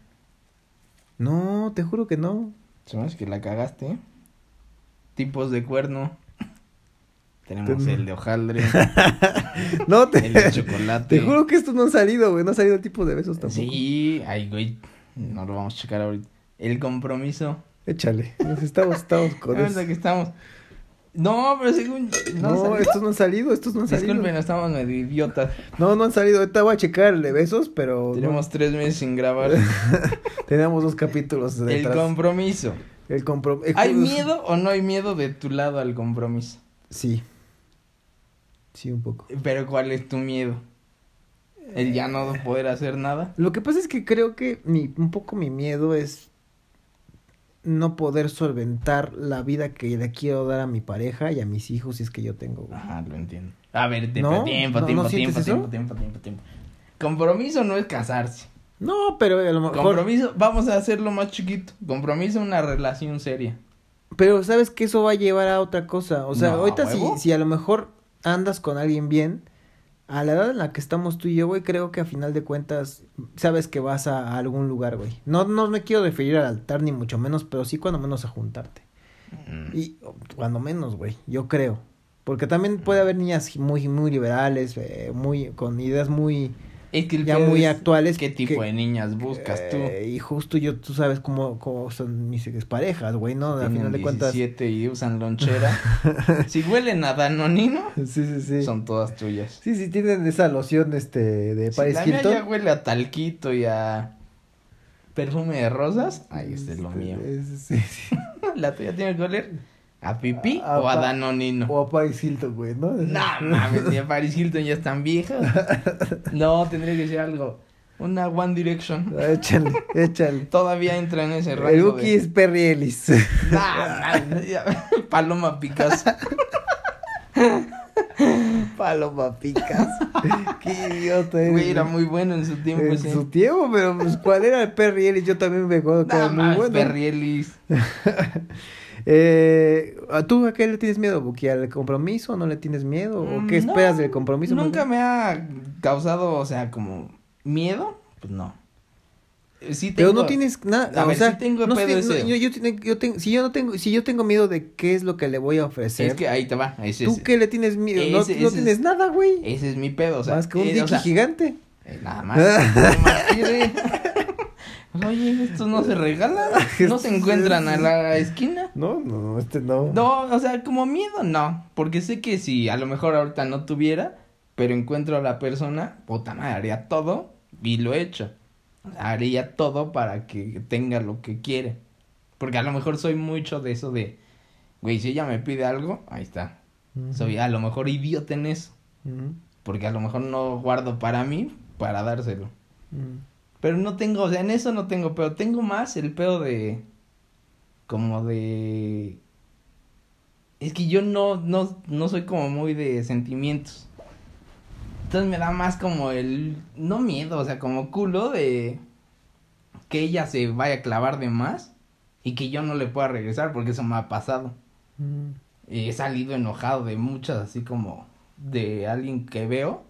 Speaker 1: No, te juro que no.
Speaker 2: Se me hace que la cagaste. ¿eh? Tipos de cuerno. Tenemos
Speaker 1: Ten-
Speaker 2: el de hojaldre,
Speaker 1: No, te,
Speaker 2: el de chocolate.
Speaker 1: te juro que estos no han salido, güey. No han salido tipos de besos tampoco.
Speaker 2: Sí, ay, güey. No lo vamos a checar ahorita. El compromiso.
Speaker 1: Échale. Nos estamos, estamos con
Speaker 2: Es
Speaker 1: eso.
Speaker 2: verdad que estamos. No, pero según.
Speaker 1: No,
Speaker 2: salió.
Speaker 1: estos no han salido, estos no han salido.
Speaker 2: Disculpen, estamos medio idiotas.
Speaker 1: No, no han salido. Ahorita voy a checar el de besos, pero. no.
Speaker 2: Tenemos tres meses sin grabar.
Speaker 1: Teníamos dos capítulos
Speaker 2: el
Speaker 1: detrás.
Speaker 2: compromiso.
Speaker 1: El compro- el
Speaker 2: ¿Hay
Speaker 1: ju-
Speaker 2: miedo o no hay miedo de tu lado al compromiso?
Speaker 1: Sí. Sí, un poco.
Speaker 2: Pero ¿cuál es tu miedo? El ya no poder hacer nada.
Speaker 1: Lo que pasa es que creo que mi, un poco mi miedo es no poder solventar la vida que le quiero dar a mi pareja y a mis hijos si es que yo tengo. güey.
Speaker 2: Ajá, lo entiendo. A ver, tiempo,
Speaker 1: ¿No?
Speaker 2: tiempo,
Speaker 1: ¿No-
Speaker 2: tiempo,
Speaker 1: no sientes
Speaker 2: tiempo,
Speaker 1: eso?
Speaker 2: tiempo, tiempo, tiempo, tiempo. Compromiso no es casarse.
Speaker 1: No, pero a lo mejor.
Speaker 2: Compromiso, vamos a hacerlo más chiquito. Compromiso una relación seria.
Speaker 1: Pero sabes que eso va a llevar a otra cosa. O sea,
Speaker 2: No,
Speaker 1: ahorita
Speaker 2: ¿a
Speaker 1: si,
Speaker 2: huevo?
Speaker 1: si a lo mejor andas con alguien bien, a la edad en la que estamos tú y yo, güey, creo que a final de cuentas sabes que vas a, a algún lugar, güey. No, no me quiero referir al altar ni mucho menos, pero sí cuando menos a juntarte.
Speaker 2: Mm.
Speaker 1: Y o, cuando menos, güey, yo creo. Porque también puede haber niñas muy, muy liberales, eh, muy, con ideas muy,
Speaker 2: Es que el
Speaker 1: ya
Speaker 2: pedo
Speaker 1: muy
Speaker 2: es
Speaker 1: actuales.
Speaker 2: ¿Qué tipo de niñas buscas tú?
Speaker 1: eh, y justo yo, tú sabes cómo, cómo son mis exparejas, güey, ¿no? Al
Speaker 2: Tienen
Speaker 1: final de cuentas.
Speaker 2: 17 y usan lonchera. si huelen a danonino,
Speaker 1: Sí, sí, sí.
Speaker 2: son todas tuyas.
Speaker 1: Sí, sí, tienen esa loción este, de
Speaker 2: Si
Speaker 1: Paris
Speaker 2: la mía
Speaker 1: Hilton.
Speaker 2: ya huele a talquito y a perfume de rosas, ahí este es lo mío.
Speaker 1: Este, es- sí, sí.
Speaker 2: La tuya tiene que oler ¿A Pipi
Speaker 1: A- a
Speaker 2: o a
Speaker 1: Pa-
Speaker 2: Danonino?
Speaker 1: O a Paris Hilton, güey, ¿no?
Speaker 2: No mames, ni a Paris Hilton ya están viejas. No, tendría que ser algo. Una One Direction.
Speaker 1: Échale, échale.
Speaker 2: Todavía entra en ese
Speaker 1: El
Speaker 2: rango.
Speaker 1: Uki
Speaker 2: De...
Speaker 1: es Perry Ellis.
Speaker 2: No, mames, ya- Paloma Picasso.
Speaker 1: Paloma Picas. Qué idiota eres.
Speaker 2: Güey, era
Speaker 1: güey.
Speaker 2: muy bueno en su tiempo.
Speaker 1: En
Speaker 2: sí.
Speaker 1: su tiempo, pero pues, ¿cuál era el Perry Ellis? Yo también me acuerdo que
Speaker 2: No
Speaker 1: era muy
Speaker 2: mames,
Speaker 1: bueno.
Speaker 2: Perry Ellis.
Speaker 1: Eh, ¿a ¿Tú a qué le tienes miedo, Buki? ¿Al compromiso? ¿No le tienes miedo? ¿O qué
Speaker 2: Mm, no,
Speaker 1: esperas del compromiso? más
Speaker 2: Nunca
Speaker 1: bien?
Speaker 2: me ha causado, o sea, como miedo. Pues no. Eh, Sí
Speaker 1: Pero
Speaker 2: tengo-
Speaker 1: no tienes nada,
Speaker 2: A
Speaker 1: o
Speaker 2: ver,
Speaker 1: sea,
Speaker 2: sí tengo
Speaker 1: no
Speaker 2: pedo
Speaker 1: sé,
Speaker 2: ese.
Speaker 1: no, yo, yo tengo- yo tengo- si yo no tengo, si yo tengo miedo de qué es lo que le voy a ofrecer,
Speaker 2: Es que ahí te va. Ese,
Speaker 1: ¿tú
Speaker 2: es-
Speaker 1: qué le tienes miedo? no
Speaker 2: Ese-
Speaker 1: no
Speaker 2: ese
Speaker 1: tienes
Speaker 2: es-
Speaker 1: nada, güey.
Speaker 2: ese es mi pedo. O sea,
Speaker 1: Más que un
Speaker 2: eh,
Speaker 1: dicky
Speaker 2: o sea,
Speaker 1: gigante.
Speaker 2: Eh, Nada más. Nada más, sí, sí. Oye, estos no se regalan, no se encuentran a la esquina.
Speaker 1: No, no, no, este no.
Speaker 2: No, o sea, como miedo, no. Porque sé que si a lo mejor ahorita no tuviera, pero encuentro a la persona, puta madre, haría todo y lo he hecho. O sea, haría todo para que tenga lo que quiere. Porque a lo mejor soy mucho de eso de, güey, si ella me pide algo, ahí está.
Speaker 1: Ujú.
Speaker 2: Soy a lo mejor idiota en eso.
Speaker 1: Ujú,
Speaker 2: Porque a lo mejor no guardo para mí, para dárselo.
Speaker 1: ujú.
Speaker 2: Pero no tengo, o sea, en eso no tengo pedo. Tengo más el pedo de. Como de. Es que yo no, no, no soy como muy de sentimientos. Entonces me da más como el. No miedo, o sea, como culo de. Que ella se vaya a clavar de más. Y que yo no le pueda regresar, porque eso me ha pasado.
Speaker 1: Mm.
Speaker 2: He salido enojado de muchas, así como. De alguien que veo.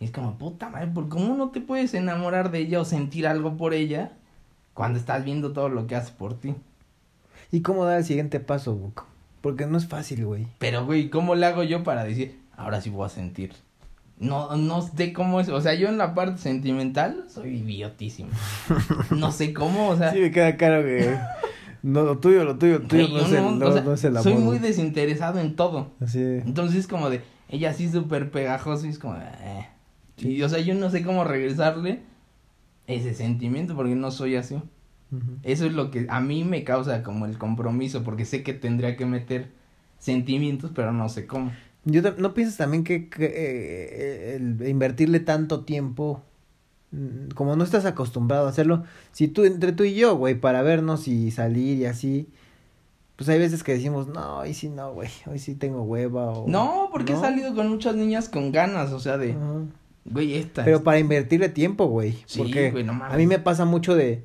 Speaker 2: Y es como, puta madre, ¿por cómo no te puedes enamorar de ella o sentir algo por ella cuando estás viendo todo lo que hace por ti?
Speaker 1: ¿Y cómo dar el siguiente paso, Buco? Porque no es fácil, güey.
Speaker 2: Pero, güey, ¿cómo le hago yo para decir, ahora sí voy a sentir? No, no sé cómo es, o sea, yo en la parte sentimental soy idiotísimo. No sé cómo, o sea,
Speaker 1: Sí, me queda claro que no, lo tuyo, lo tuyo, lo tuyo
Speaker 2: güey,
Speaker 1: no,
Speaker 2: yo
Speaker 1: es el,
Speaker 2: no,
Speaker 1: no,
Speaker 2: o sea,
Speaker 1: no es el amor.
Speaker 2: soy muy
Speaker 1: güey.
Speaker 2: desinteresado en todo.
Speaker 1: Así de-
Speaker 2: Entonces, como de, ella sí súper pegajosa y es como, eh. Y, o sea, yo no sé cómo regresarle ese sentimiento porque no soy así.
Speaker 1: Ujú.
Speaker 2: Eso es lo que a mí me causa como el compromiso, porque sé que tendría que meter sentimientos, pero no sé cómo.
Speaker 1: Yo tam- ¿No piensas también que, que, eh, el invertirle tanto tiempo, mm, como no estás acostumbrado a hacerlo, si tú, entre tú y yo, güey, para vernos y salir y así, pues hay veces que decimos, no, hoy sí no, güey, hoy sí tengo hueva o...
Speaker 2: No, porque
Speaker 1: Oh, ¿no?
Speaker 2: he salido con muchas niñas con ganas, o sea, de,
Speaker 1: Ajá.
Speaker 2: güey, esta.
Speaker 1: Pero
Speaker 2: es-
Speaker 1: para invertirle tiempo, güey,
Speaker 2: Sí,
Speaker 1: porque
Speaker 2: güey, no mames.
Speaker 1: a mí me pasa mucho de...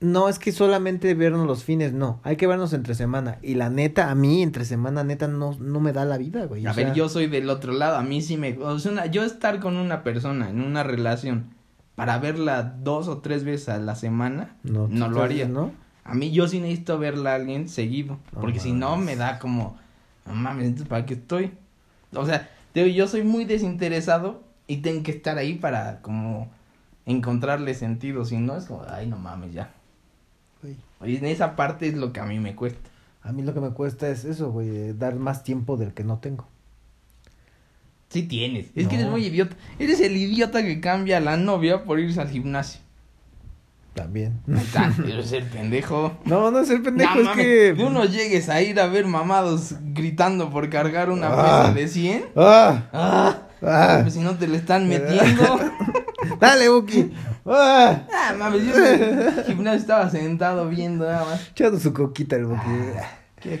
Speaker 1: No, es que solamente vernos los fines, no, hay que vernos entre semana. Y la neta, a mí entre semana, neta, no, no me da la vida, güey.
Speaker 2: A
Speaker 1: o
Speaker 2: ver,
Speaker 1: sea,
Speaker 2: yo soy del otro lado, a mí sí me. O sea, una- yo estar con una persona en una relación para verla dos o tres veces a la semana, no,
Speaker 1: tú
Speaker 2: lo
Speaker 1: estás-
Speaker 2: haría.
Speaker 1: ¿no?
Speaker 2: A mí yo sí necesito verla a alguien seguido.
Speaker 1: No
Speaker 2: porque si no
Speaker 1: mames.
Speaker 2: me da como, no mames, entonces ¿para qué estoy? O sea, te digo, yo soy muy desinteresado y tengo que estar ahí para como encontrarle sentido. Si no, es como, ay, no mames, ya.
Speaker 1: Güey.
Speaker 2: Y en esa parte es lo que a mí me cuesta.
Speaker 1: A mí lo que me cuesta es eso, güey, eh, dar más tiempo del que no tengo.
Speaker 2: Sí tienes. Es que
Speaker 1: No.
Speaker 2: eres muy idiota. Eres el idiota que cambia a la novia por irse al gimnasio.
Speaker 1: También.
Speaker 2: Ahí está, eres el pendejo.
Speaker 1: No, no es el pendejo,
Speaker 2: No
Speaker 1: es
Speaker 2: mames,
Speaker 1: que...
Speaker 2: de unos llegues a ir a ver mamados gritando por cargar una
Speaker 1: Ah.
Speaker 2: pesa de 100.
Speaker 1: ¡Ah!
Speaker 2: Ah,
Speaker 1: ¡Ah!
Speaker 2: Pues si no te le están metiendo.
Speaker 1: ¡Dale, Buki! ¡Ah!
Speaker 2: ah, mames, yo en el gimnasio estaba sentado viendo nada más.
Speaker 1: Echando su coquita el Buki.
Speaker 2: ¿Qué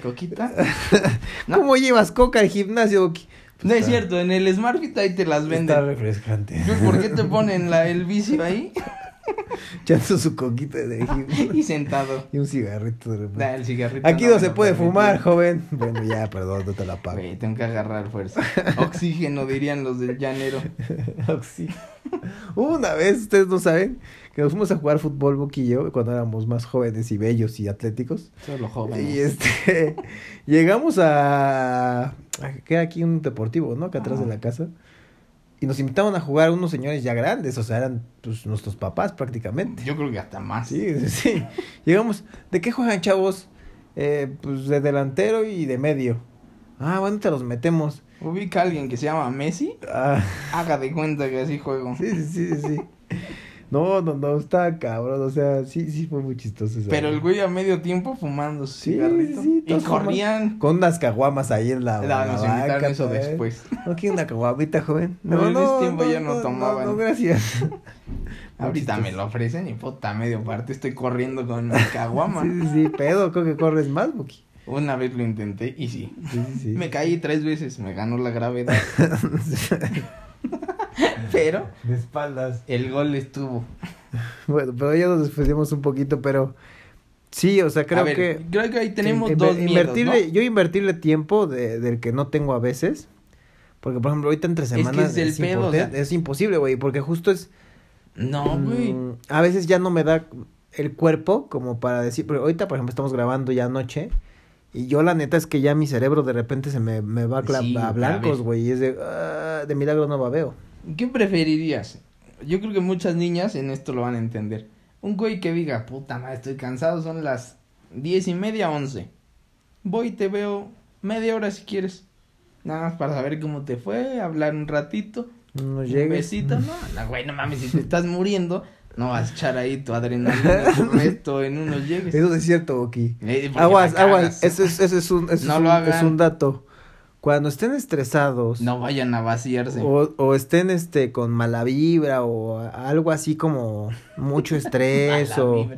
Speaker 2: coquita?
Speaker 1: Pues
Speaker 2: no.
Speaker 1: ¿Cómo llevas coca al gimnasio, Buki?
Speaker 2: No es cierto, en el Smart Fit ahí te las
Speaker 1: Está
Speaker 2: venden.
Speaker 1: refrescante.
Speaker 2: ¿Por qué te ponen la, el vicio ahí
Speaker 1: Echando su coquita de gimnasio.
Speaker 2: y sentado?
Speaker 1: Y un cigarrito de repente.
Speaker 2: Nah, el cigarrito
Speaker 1: Aquí no,
Speaker 2: me
Speaker 1: se
Speaker 2: lo
Speaker 1: puede
Speaker 2: permite.
Speaker 1: fumar, joven. Bueno, ya, perdón, no te la pago.
Speaker 2: Güey, tengo que agarrar fuerza. Oxígeno, dirían los del llanero.
Speaker 1: Oxi. Hubo Una vez, ustedes no saben, que nos fuimos a jugar fútbol Buki y yo cuando éramos más jóvenes y bellos y atléticos.
Speaker 2: Solo
Speaker 1: Y
Speaker 2: jóvenes.
Speaker 1: este, llegamos a, a que era aquí un deportivo, ¿no? Acá atrás de la casa. Y nos invitaron a jugar unos señores ya grandes, o sea, eran pues, nuestros papás prácticamente.
Speaker 2: Yo creo que hasta más.
Speaker 1: Sí, sí, sí. Llegamos, ¿de qué juegan chavos? Eh, pues de delantero y de medio. Ah, bueno, te los metemos.
Speaker 2: Ubica a alguien que se llama Messi.
Speaker 1: Ah,
Speaker 2: Haga de cuenta que así juego.
Speaker 1: sí, sí, sí, sí, sí. No, no, no, está cabrón. O sea, sí, sí fue muy chistoso. esa
Speaker 2: Pero el
Speaker 1: vez.
Speaker 2: güey a medio tiempo fumando su
Speaker 1: Sí,
Speaker 2: cigarrito.
Speaker 1: sí,
Speaker 2: y
Speaker 1: todos fuman-
Speaker 2: corrían.
Speaker 1: Con unas caguamas ahí en la.
Speaker 2: La-
Speaker 1: en la
Speaker 2: nos invitaron
Speaker 1: banca,
Speaker 2: eso
Speaker 1: ¿sabes?
Speaker 2: después.
Speaker 1: ¿No quiere una caguamita, joven?
Speaker 2: No, en ese tiempo ya no tomaban.
Speaker 1: No, gracias.
Speaker 2: Ahorita me lo ofrecen y puta, medio parte estoy corriendo con mi caguama.
Speaker 1: Sí, sí, sí, pedo, creo que corres más, Buki.
Speaker 2: Una vez lo intenté y sí.
Speaker 1: Sí, sí, sí.
Speaker 2: Me caí tres veces, me ganó la gravedad. Pero
Speaker 3: De espaldas.
Speaker 2: el gol estuvo.
Speaker 1: Bueno, pero ya nos despedimos un poquito, pero sí, o sea, creo
Speaker 2: a ver,
Speaker 1: que
Speaker 2: creo que ahí tenemos
Speaker 1: in-
Speaker 2: dos
Speaker 1: inver-
Speaker 2: miedos, ¿no?
Speaker 1: invertirle, yo invertirle tiempo de- del que no tengo a veces, porque por ejemplo ahorita entre
Speaker 2: que es
Speaker 1: semanas
Speaker 2: del
Speaker 1: es,
Speaker 2: pedo,
Speaker 1: impote-
Speaker 2: o sea.
Speaker 1: es imposible, güey, porque justo es
Speaker 2: No, güey.
Speaker 1: mm, a veces ya no me da el cuerpo como para decir, pero ahorita por ejemplo estamos grabando ya anoche y yo la neta es que ya mi cerebro de repente se me, me va a, cla-
Speaker 2: Sí,
Speaker 1: a
Speaker 2: a
Speaker 1: blancos,
Speaker 2: ver.
Speaker 1: güey, y es de "Ah, de milagro no babeo.
Speaker 2: ¿Qué preferirías? Yo creo que muchas niñas en esto lo van a entender. Un güey que diga, puta madre, estoy cansado, son las diez y media, once. Voy y te veo media hora si quieres. Nada más para saber cómo te fue, hablar un ratito,
Speaker 1: No
Speaker 2: un
Speaker 1: Pues llegues.
Speaker 2: besito, no, no, güey, no mames, si te estás muriendo, no vas a echar ahí tu adrenalina, tu resto en unos llegues.
Speaker 1: Eso sí es cierto, Oki.
Speaker 2: Eh, porque
Speaker 1: Aguas,
Speaker 2: pues. la cagas.
Speaker 1: aguas, eso es, eso es un, eso
Speaker 2: No
Speaker 1: es,
Speaker 2: lo
Speaker 1: un
Speaker 2: hagan.
Speaker 1: es un dato. Cuando estén estresados
Speaker 2: No vayan a vaciarse.
Speaker 1: o, o estén este con mala vibra o a- algo así como mucho estrés
Speaker 2: A la
Speaker 1: o,
Speaker 2: vibra.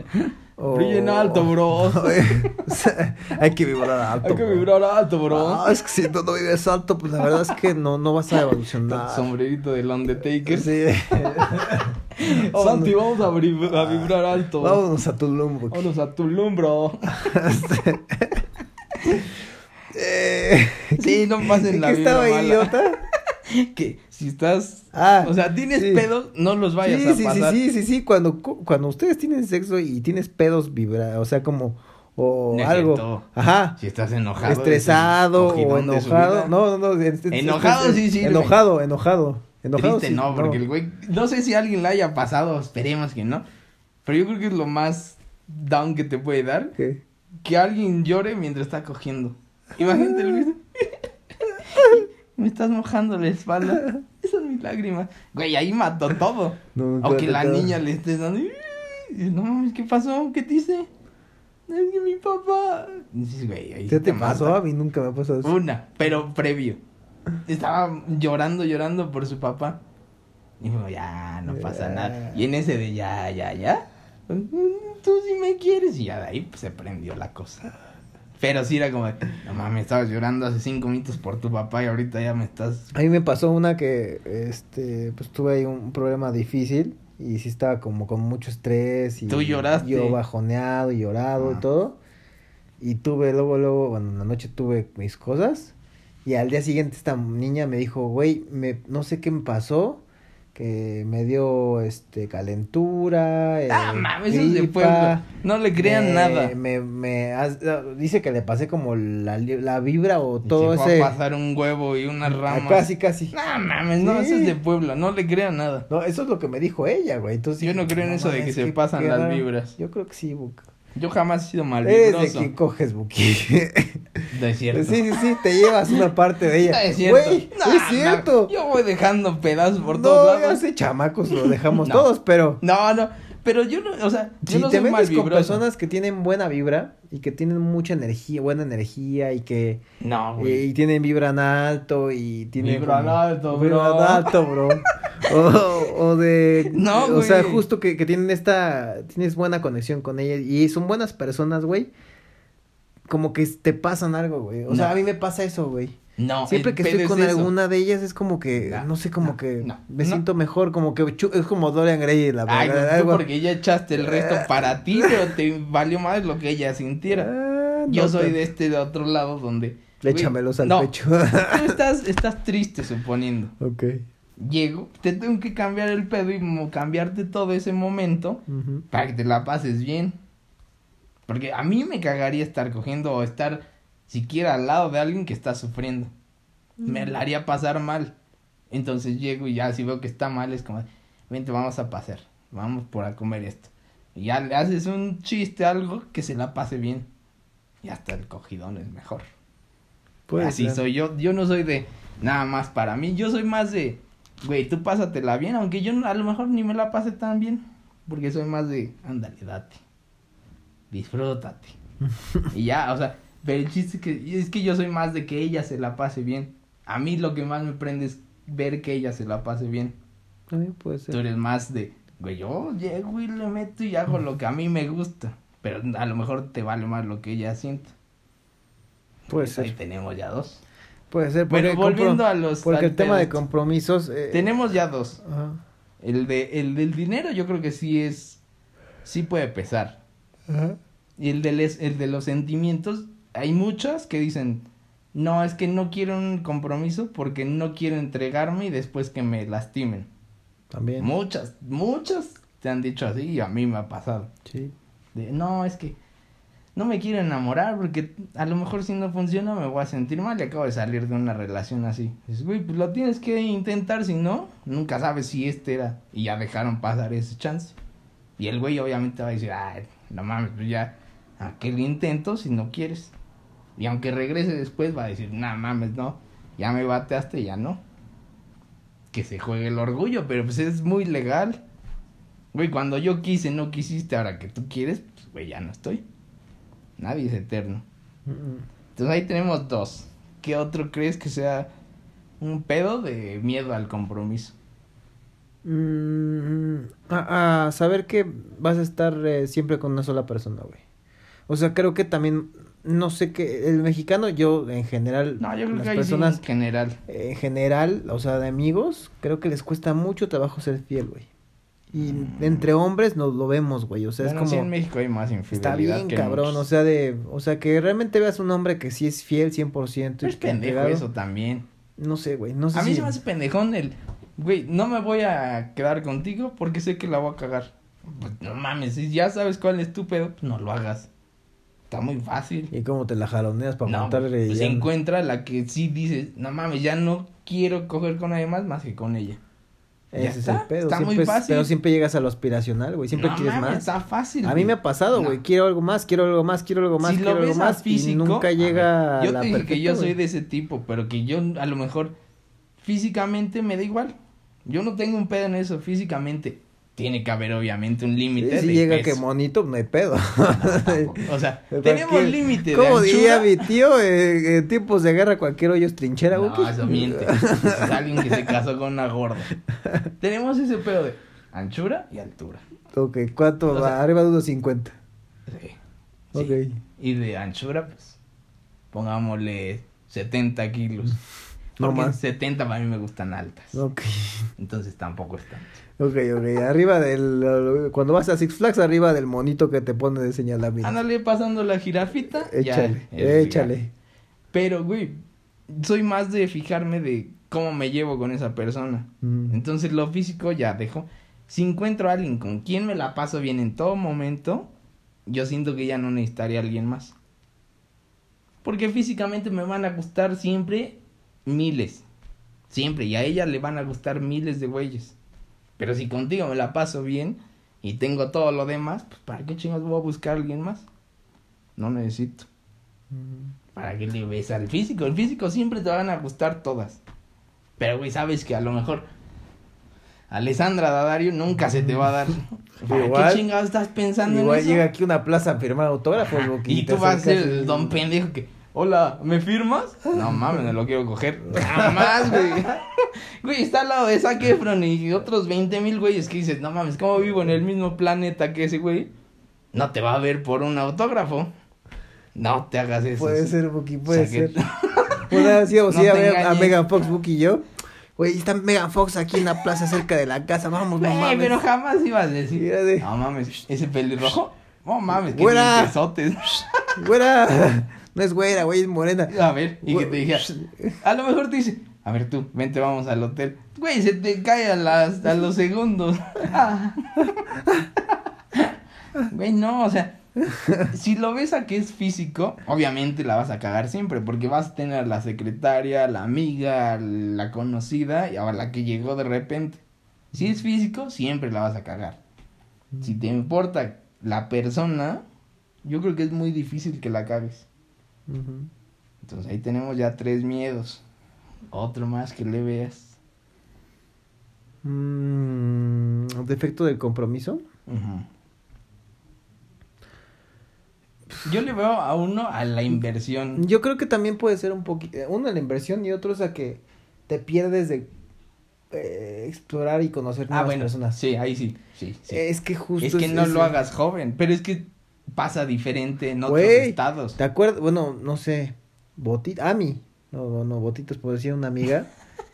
Speaker 1: o-
Speaker 2: Brillen alto,
Speaker 1: Oh,
Speaker 2: bro.
Speaker 1: O sea, hay que vibrar alto.
Speaker 2: Hay que
Speaker 1: bro.
Speaker 2: vibrar alto, bro.
Speaker 1: Ah, es que si no, no vives alto, pues la verdad es que no, no vas a evolucionar.
Speaker 2: Sombrerito del Undertaker.
Speaker 1: Sí.
Speaker 2: Santi, vamos a, vib- a vibrar alto.
Speaker 1: Vámonos a Tulum. Buki.
Speaker 2: Vámonos a Tulum, bro.
Speaker 1: Eh,
Speaker 2: Sí, no pasen la
Speaker 1: ¿qué
Speaker 2: vibra
Speaker 1: estaba
Speaker 2: mala.
Speaker 1: idiota?
Speaker 2: Que si estás...
Speaker 1: Ah,
Speaker 2: o sea, tienes
Speaker 1: sí.
Speaker 2: pedos, no los vayas
Speaker 1: sí,
Speaker 2: a
Speaker 1: sí,
Speaker 2: pasar.
Speaker 1: Sí, sí, sí, sí, cuando, cu- cuando ustedes tienen sexo y tienes pedos vibra, o sea, como, o
Speaker 2: No es
Speaker 1: algo,
Speaker 2: cierto.
Speaker 1: ajá,
Speaker 2: Si estás enojado.
Speaker 1: estresado
Speaker 2: eres un
Speaker 1: o
Speaker 2: ojidón de su vida.
Speaker 1: enojado, no, no, no, en- en-
Speaker 2: Enojado
Speaker 1: en-
Speaker 2: sí sirve.
Speaker 1: enojado, enojado, enojado,
Speaker 2: Triste
Speaker 1: sí,
Speaker 2: no, porque el güey... No sé si a alguien la haya pasado, esperemos que no. Pero yo creo que es lo más down que te puede dar.
Speaker 1: ¿Qué?
Speaker 2: que alguien llore mientras está cogiendo. Imagínate
Speaker 1: Ah.
Speaker 2: el güey. Me estás mojando la espalda. Esas son mis lágrimas. Güey, ahí mató todo.
Speaker 1: No,
Speaker 2: O que
Speaker 1: claro,
Speaker 2: la
Speaker 1: claro.
Speaker 2: niña le esté dando. "Ih", y No mames, ¿qué pasó? ¿Qué te hice? Es que mi papá. Y dices, güey, ahí
Speaker 1: ¿Qué te
Speaker 2: mata.
Speaker 1: pasó? A mí nunca me ha pasado eso.
Speaker 2: Una, pero previo. Estaba llorando, llorando por su papá. Y dijo, ya, no pasa
Speaker 1: Ya.
Speaker 2: nada. Y en ese de ya, ya, ya. Tú sí me quieres. Y ya de ahí pues, se prendió la cosa. Pero sí era como, de, no mames, estabas llorando hace cinco minutos por tu papá y ahorita ya me estás.
Speaker 1: A mí me pasó una que, este, pues tuve ahí un problema difícil y sí estaba como con mucho estrés y
Speaker 2: Tú lloraste.
Speaker 1: yo bajoneado y llorado
Speaker 2: Ah.
Speaker 1: y todo. Y tuve luego, luego, bueno, en la noche tuve mis cosas y al día siguiente esta niña me dijo, güey, me, no sé qué me pasó, que me dio, este, calentura, eh,
Speaker 2: Ah, mames, eso es de
Speaker 1: gripa,
Speaker 2: pueblo. No le crean
Speaker 1: me-
Speaker 2: nada.
Speaker 1: Me, me, haz- dice que le pasé como la, li- la vibra o
Speaker 2: Y
Speaker 1: todo
Speaker 2: se fue
Speaker 1: ese...
Speaker 2: a pasar un huevo y una rama.
Speaker 1: Ah, Casi, casi.
Speaker 2: No mames, no,
Speaker 1: Sí.
Speaker 2: eso es de Puebla, no le crean nada.
Speaker 1: No, eso es lo que me dijo ella, güey. Entonces,
Speaker 2: Yo
Speaker 1: dije,
Speaker 2: no creo en eso de
Speaker 1: mames,
Speaker 2: que se
Speaker 1: qué-
Speaker 2: pasan
Speaker 1: qué
Speaker 2: las
Speaker 1: raro".
Speaker 2: vibras.
Speaker 1: Yo creo que sí, Buki.
Speaker 2: Yo jamás he sido
Speaker 1: Eres de
Speaker 2: malvibroso.
Speaker 1: quien coges, Buki.
Speaker 2: No es cierto.
Speaker 1: Pues sí, sí, sí, te llevas una parte de ella.
Speaker 2: No es cierto.
Speaker 1: Güey,
Speaker 2: No,
Speaker 1: no es
Speaker 2: no,
Speaker 1: cierto.
Speaker 2: yo voy dejando pedazos por
Speaker 1: No,
Speaker 2: todos
Speaker 1: ya
Speaker 2: lados.
Speaker 1: sé, chamacos, lo dejamos
Speaker 2: No.
Speaker 1: todos, pero...
Speaker 2: No, no. Pero yo no, o sea, yo
Speaker 1: si
Speaker 2: no
Speaker 1: te
Speaker 2: soy
Speaker 1: metes con
Speaker 2: malvibroso.
Speaker 1: personas que tienen buena vibra y que tienen mucha energía, buena energía y que
Speaker 2: No,
Speaker 1: y,
Speaker 2: güey.
Speaker 1: Eh, y tienen vibran alto y tienen
Speaker 2: Vibran
Speaker 1: como-
Speaker 2: alto, bro.
Speaker 1: vibran alto, bro. O, o de
Speaker 2: No,
Speaker 1: o sea,
Speaker 2: güey.
Speaker 1: justo que, que tienen esta tienes buena conexión con ella y son buenas personas, güey. Como que te pasan algo, güey. O sea,
Speaker 2: No.
Speaker 1: a mí me pasa eso, güey.
Speaker 2: No,
Speaker 1: Siempre
Speaker 2: el
Speaker 1: que
Speaker 2: pedo
Speaker 1: estoy
Speaker 2: es
Speaker 1: con
Speaker 2: eso.
Speaker 1: alguna de ellas es como que
Speaker 2: No,
Speaker 1: no, sé, como
Speaker 2: no,
Speaker 1: que
Speaker 2: no,
Speaker 1: me
Speaker 2: no.
Speaker 1: siento mejor, como que chu- es como Dorian Gray, la
Speaker 2: Ay,
Speaker 1: verdad,
Speaker 2: güey, tú
Speaker 1: algo-
Speaker 2: porque ya echaste el resto para ti, pero te valió más lo que ella sintiera.
Speaker 1: Ah,
Speaker 2: Yo
Speaker 1: no,
Speaker 2: soy
Speaker 1: pero-
Speaker 2: de este de otro lado donde. güey,
Speaker 1: Échamelos al
Speaker 2: no,
Speaker 1: pecho.
Speaker 2: Tú estás, estás triste, suponiendo.
Speaker 1: ok.
Speaker 2: Llego, te tengo que cambiar el pedo y mo- cambiarte todo ese momento
Speaker 1: Ujú.
Speaker 2: para que te la pases bien. Porque a mí me cagaría estar cogiendo o estar siquiera al lado de alguien que está sufriendo. Me la haría pasar mal. Entonces llego y ya si veo que está mal es como, vente, vamos a pasar, vamos por a comer esto. Y ya le haces un chiste, algo que se la pase bien. Y hasta el cogidón es mejor.
Speaker 1: Puede
Speaker 2: Así
Speaker 1: ser.
Speaker 2: soy yo. Yo no soy de nada más para mí. Yo soy más de, güey, tú pásatela bien, aunque yo no- a lo mejor ni me la pase tan bien. Porque soy más de, ándale, date. Disfrútate. y ya, o sea, pero el chiste es que, es que yo soy más de que ella se la pase bien. A mí lo que más me prende es ver que ella se la pase bien.
Speaker 1: También puede ser.
Speaker 2: Tú eres más de, güey, yo llego y le meto y hago lo que a mí me gusta. Pero a lo mejor te vale más lo que ella sienta.
Speaker 1: Puede
Speaker 2: Pues ahí
Speaker 1: ser.
Speaker 2: tenemos ya dos.
Speaker 1: Puede ser.
Speaker 2: Bueno,
Speaker 1: porque
Speaker 2: volviendo
Speaker 1: compro-
Speaker 2: a los.
Speaker 1: Porque el
Speaker 2: al
Speaker 1: tema de
Speaker 2: pedo.
Speaker 1: compromisos. eh,
Speaker 2: Tenemos ya dos.
Speaker 1: ajá,
Speaker 2: El, de, el del dinero yo creo que sí es. Sí puede pesar.
Speaker 1: ajá.
Speaker 2: Y el, del es- el de los sentimientos, hay muchas que dicen, no, es que no quiero un compromiso porque no quiero entregarme y después que me lastimen.
Speaker 1: También.
Speaker 2: Muchas, muchas te han dicho así y a mí me ha pasado.
Speaker 1: Sí.
Speaker 2: De, no, es que no me quiero enamorar porque a lo mejor si no funciona me voy a sentir mal y acabo de salir de una relación así. Dices, güey, pues lo tienes que intentar, si no, nunca sabes si este era. Y ya dejaron pasar ese chance. Y el güey obviamente va a decir, ay, no mames, pues ya, aquel intento si no quieres. Y aunque regrese después va a decir, no mames, no, ya me bateaste, ya no. Que se juegue el orgullo, pero pues es muy legal. Güey, cuando yo quise, no quisiste, ahora que tú quieres, pues güey, ya no estoy. Nadie es eterno.
Speaker 1: Mm,
Speaker 2: Entonces ahí tenemos dos. ¿Qué otro crees que sea un pedo de miedo al compromiso?
Speaker 1: mm, mm, a, a saber que vas a estar eh, siempre con una sola persona, güey. O sea, creo que también. No sé qué. El mexicano, yo en general.
Speaker 2: No, yo creo
Speaker 1: las
Speaker 2: que ahí
Speaker 1: personas eh,
Speaker 2: sí, en general.
Speaker 1: en general, o sea, de amigos, creo que les cuesta mucho trabajo ser fiel, güey. Y
Speaker 2: Mm.
Speaker 1: entre hombres nos lo vemos, güey. O sea,
Speaker 2: Bueno,
Speaker 1: es
Speaker 2: sí,
Speaker 1: como.
Speaker 2: en México hay más infidelidad.
Speaker 1: Está bien,
Speaker 2: que en
Speaker 1: cabrón.
Speaker 2: muchos.
Speaker 1: O sea, de. O sea, que realmente veas un hombre que sí es fiel 100% y
Speaker 2: es
Speaker 1: que
Speaker 2: pendejo
Speaker 1: entregado.
Speaker 2: eso también.
Speaker 1: No sé, güey. No sé
Speaker 2: A mí
Speaker 1: si-
Speaker 2: se me hace pendejón el, güey, no me voy a quedar contigo porque sé que la voy a cagar. Pues no mames, si ya sabes cuál es tu pedo, pues no lo hagas. Está muy fácil.
Speaker 1: ¿Y cómo te la jaloneas para
Speaker 2: no,
Speaker 1: montarle?
Speaker 2: pues
Speaker 1: ya-
Speaker 2: encuentra la que sí dices, no mames, ya no quiero coger con nadie más más que con ella.
Speaker 1: Ese
Speaker 2: ya
Speaker 1: es
Speaker 2: está,
Speaker 1: el pedo.
Speaker 2: está muy
Speaker 1: siempre es-
Speaker 2: fácil.
Speaker 1: Pero siempre llegas a lo aspiracional, güey. Siempre
Speaker 2: No
Speaker 1: quieres
Speaker 2: mames,
Speaker 1: más.
Speaker 2: Está fácil.
Speaker 1: A mí me
Speaker 2: güey.
Speaker 1: ha pasado,
Speaker 2: No.
Speaker 1: güey. Quiero algo más, quiero algo más, quiero algo más,
Speaker 2: si
Speaker 1: quiero
Speaker 2: lo
Speaker 1: algo
Speaker 2: ves
Speaker 1: más.
Speaker 2: más físico.
Speaker 1: y nunca
Speaker 2: a
Speaker 1: llega
Speaker 2: ver, Yo
Speaker 1: la
Speaker 2: te dije que
Speaker 1: perfecta,
Speaker 2: yo
Speaker 1: güey.
Speaker 2: soy de ese tipo, pero que yo a lo mejor físicamente me da igual. Yo no tengo un pedo en eso físicamente. Tiene que haber obviamente un
Speaker 1: Sí,
Speaker 2: límite.
Speaker 1: si
Speaker 2: de pues.
Speaker 1: llega que
Speaker 2: peso.
Speaker 1: monito, no hay pedo.
Speaker 2: O sea,
Speaker 1: Pero
Speaker 2: tenemos
Speaker 1: cualquier-
Speaker 2: límite de
Speaker 1: ¿Cómo diría
Speaker 2: anchura.
Speaker 1: mi tío? Eh, en tiempos de guerra cualquier hoyo es trinchera, güey.
Speaker 2: No, eso miente. Es alguien que se casó con una gorda. Tenemos ese pedo de anchura y altura.
Speaker 1: Ok, ¿cuánto
Speaker 2: O
Speaker 1: va?
Speaker 2: sea-
Speaker 1: Arriba de unos 50.
Speaker 2: Sí.
Speaker 1: Ok.
Speaker 2: Sí. Y de anchura, pues, pongámosle 70 kilos.
Speaker 1: No
Speaker 2: Porque
Speaker 1: más.
Speaker 2: 70 para mí me gustan altas.
Speaker 1: Ok,
Speaker 2: Entonces tampoco están.
Speaker 1: ok, ok. Arriba del... Cuando vas a Six Flags, arriba del monito que te pone de señalamiento.
Speaker 2: Ándale pasando la jirafita. ya,
Speaker 1: Échale,
Speaker 2: es
Speaker 1: échale.
Speaker 2: legal. Pero, güey, soy más de fijarme de cómo me llevo con esa persona.
Speaker 1: Mm.
Speaker 2: Entonces lo físico ya dejo. Si encuentro a alguien con quien me la paso bien en todo momento, yo siento que ya no necesitaría a alguien más. Porque físicamente me van a gustar siempre miles. Siempre. Y a ella le van a gustar miles de güeyes. Pero si contigo me la paso bien y tengo todo lo demás, pues ¿para qué chingados voy a buscar a alguien más? No necesito. ¿Para qué le ves al físico? El físico siempre te van a gustar todas. Pero, güey, sabes que a lo mejor Alessandra Dadario nunca se te va a dar. ¿Para
Speaker 1: Igual-
Speaker 2: qué chingados estás pensando
Speaker 1: Igual
Speaker 2: en eso? Ah,
Speaker 1: llega aquí una plaza a firmar autógrafos, güey. que
Speaker 2: y
Speaker 1: te
Speaker 2: tú vas a ser
Speaker 1: acercas y-
Speaker 2: el don pendejo que, hola, ¿me firmas? No mames, no lo quiero coger. Jamás, güey. Güey, está al lado de Zac Efron y otros 20 mil güeyes que dices, no mames, ¿cómo vivo en el mismo planeta que ese güey? No te va a ver por un autógrafo. No te hagas eso.
Speaker 1: Puede ser, Buki, puede
Speaker 2: O sea que-
Speaker 1: ser. Puede haber sido,
Speaker 2: No
Speaker 1: sí, a,
Speaker 2: te
Speaker 1: ver, a
Speaker 2: engañes.
Speaker 1: Megan Fox, Buki y yo. Güey, está Megan Fox aquí en la plaza cerca de la casa. Vamos, no
Speaker 2: Güey,
Speaker 1: mames.
Speaker 2: pero jamás ibas a decir.
Speaker 1: Mira de-
Speaker 2: No mames, ese pelirrojo. No mames, qué
Speaker 1: Güera.
Speaker 2: dientesotes.
Speaker 1: Güera. No es güera, güey, es morena.
Speaker 2: A ver, y que
Speaker 1: Güe-
Speaker 2: te dijera. A lo mejor te dice, a ver tú, vente, vamos al hotel. Güey, se te cae a, las, a los segundos. Güey, no, o sea, si lo ves a que es físico, obviamente la vas a cagar siempre, porque vas a tener a la secretaria, la amiga, la conocida y a la que llegó de repente. Si es físico, siempre la vas a cagar. Si te importa la persona, yo creo que es muy difícil que la cagues.
Speaker 1: Ujú.
Speaker 2: Entonces ahí tenemos ya tres miedos. Otro más que le veas.
Speaker 1: Mm, defecto del compromiso.
Speaker 2: Yo le veo a uno a la inversión.
Speaker 1: Yo creo que también puede ser un poquito, uno a la inversión y otro es a que te pierdes de eh, explorar y conocer nuevas
Speaker 2: Ah, bueno,
Speaker 1: personas.
Speaker 2: sí, ahí sí, sí, sí.
Speaker 1: Es que justo
Speaker 2: Es que no
Speaker 1: ese-
Speaker 2: lo hagas joven, pero es que pasa diferente en otros
Speaker 1: Güey,
Speaker 2: estados.
Speaker 1: ¿Te acuerdas? Bueno, no sé. Botita. Ami. No, no, botitos, por decir una amiga.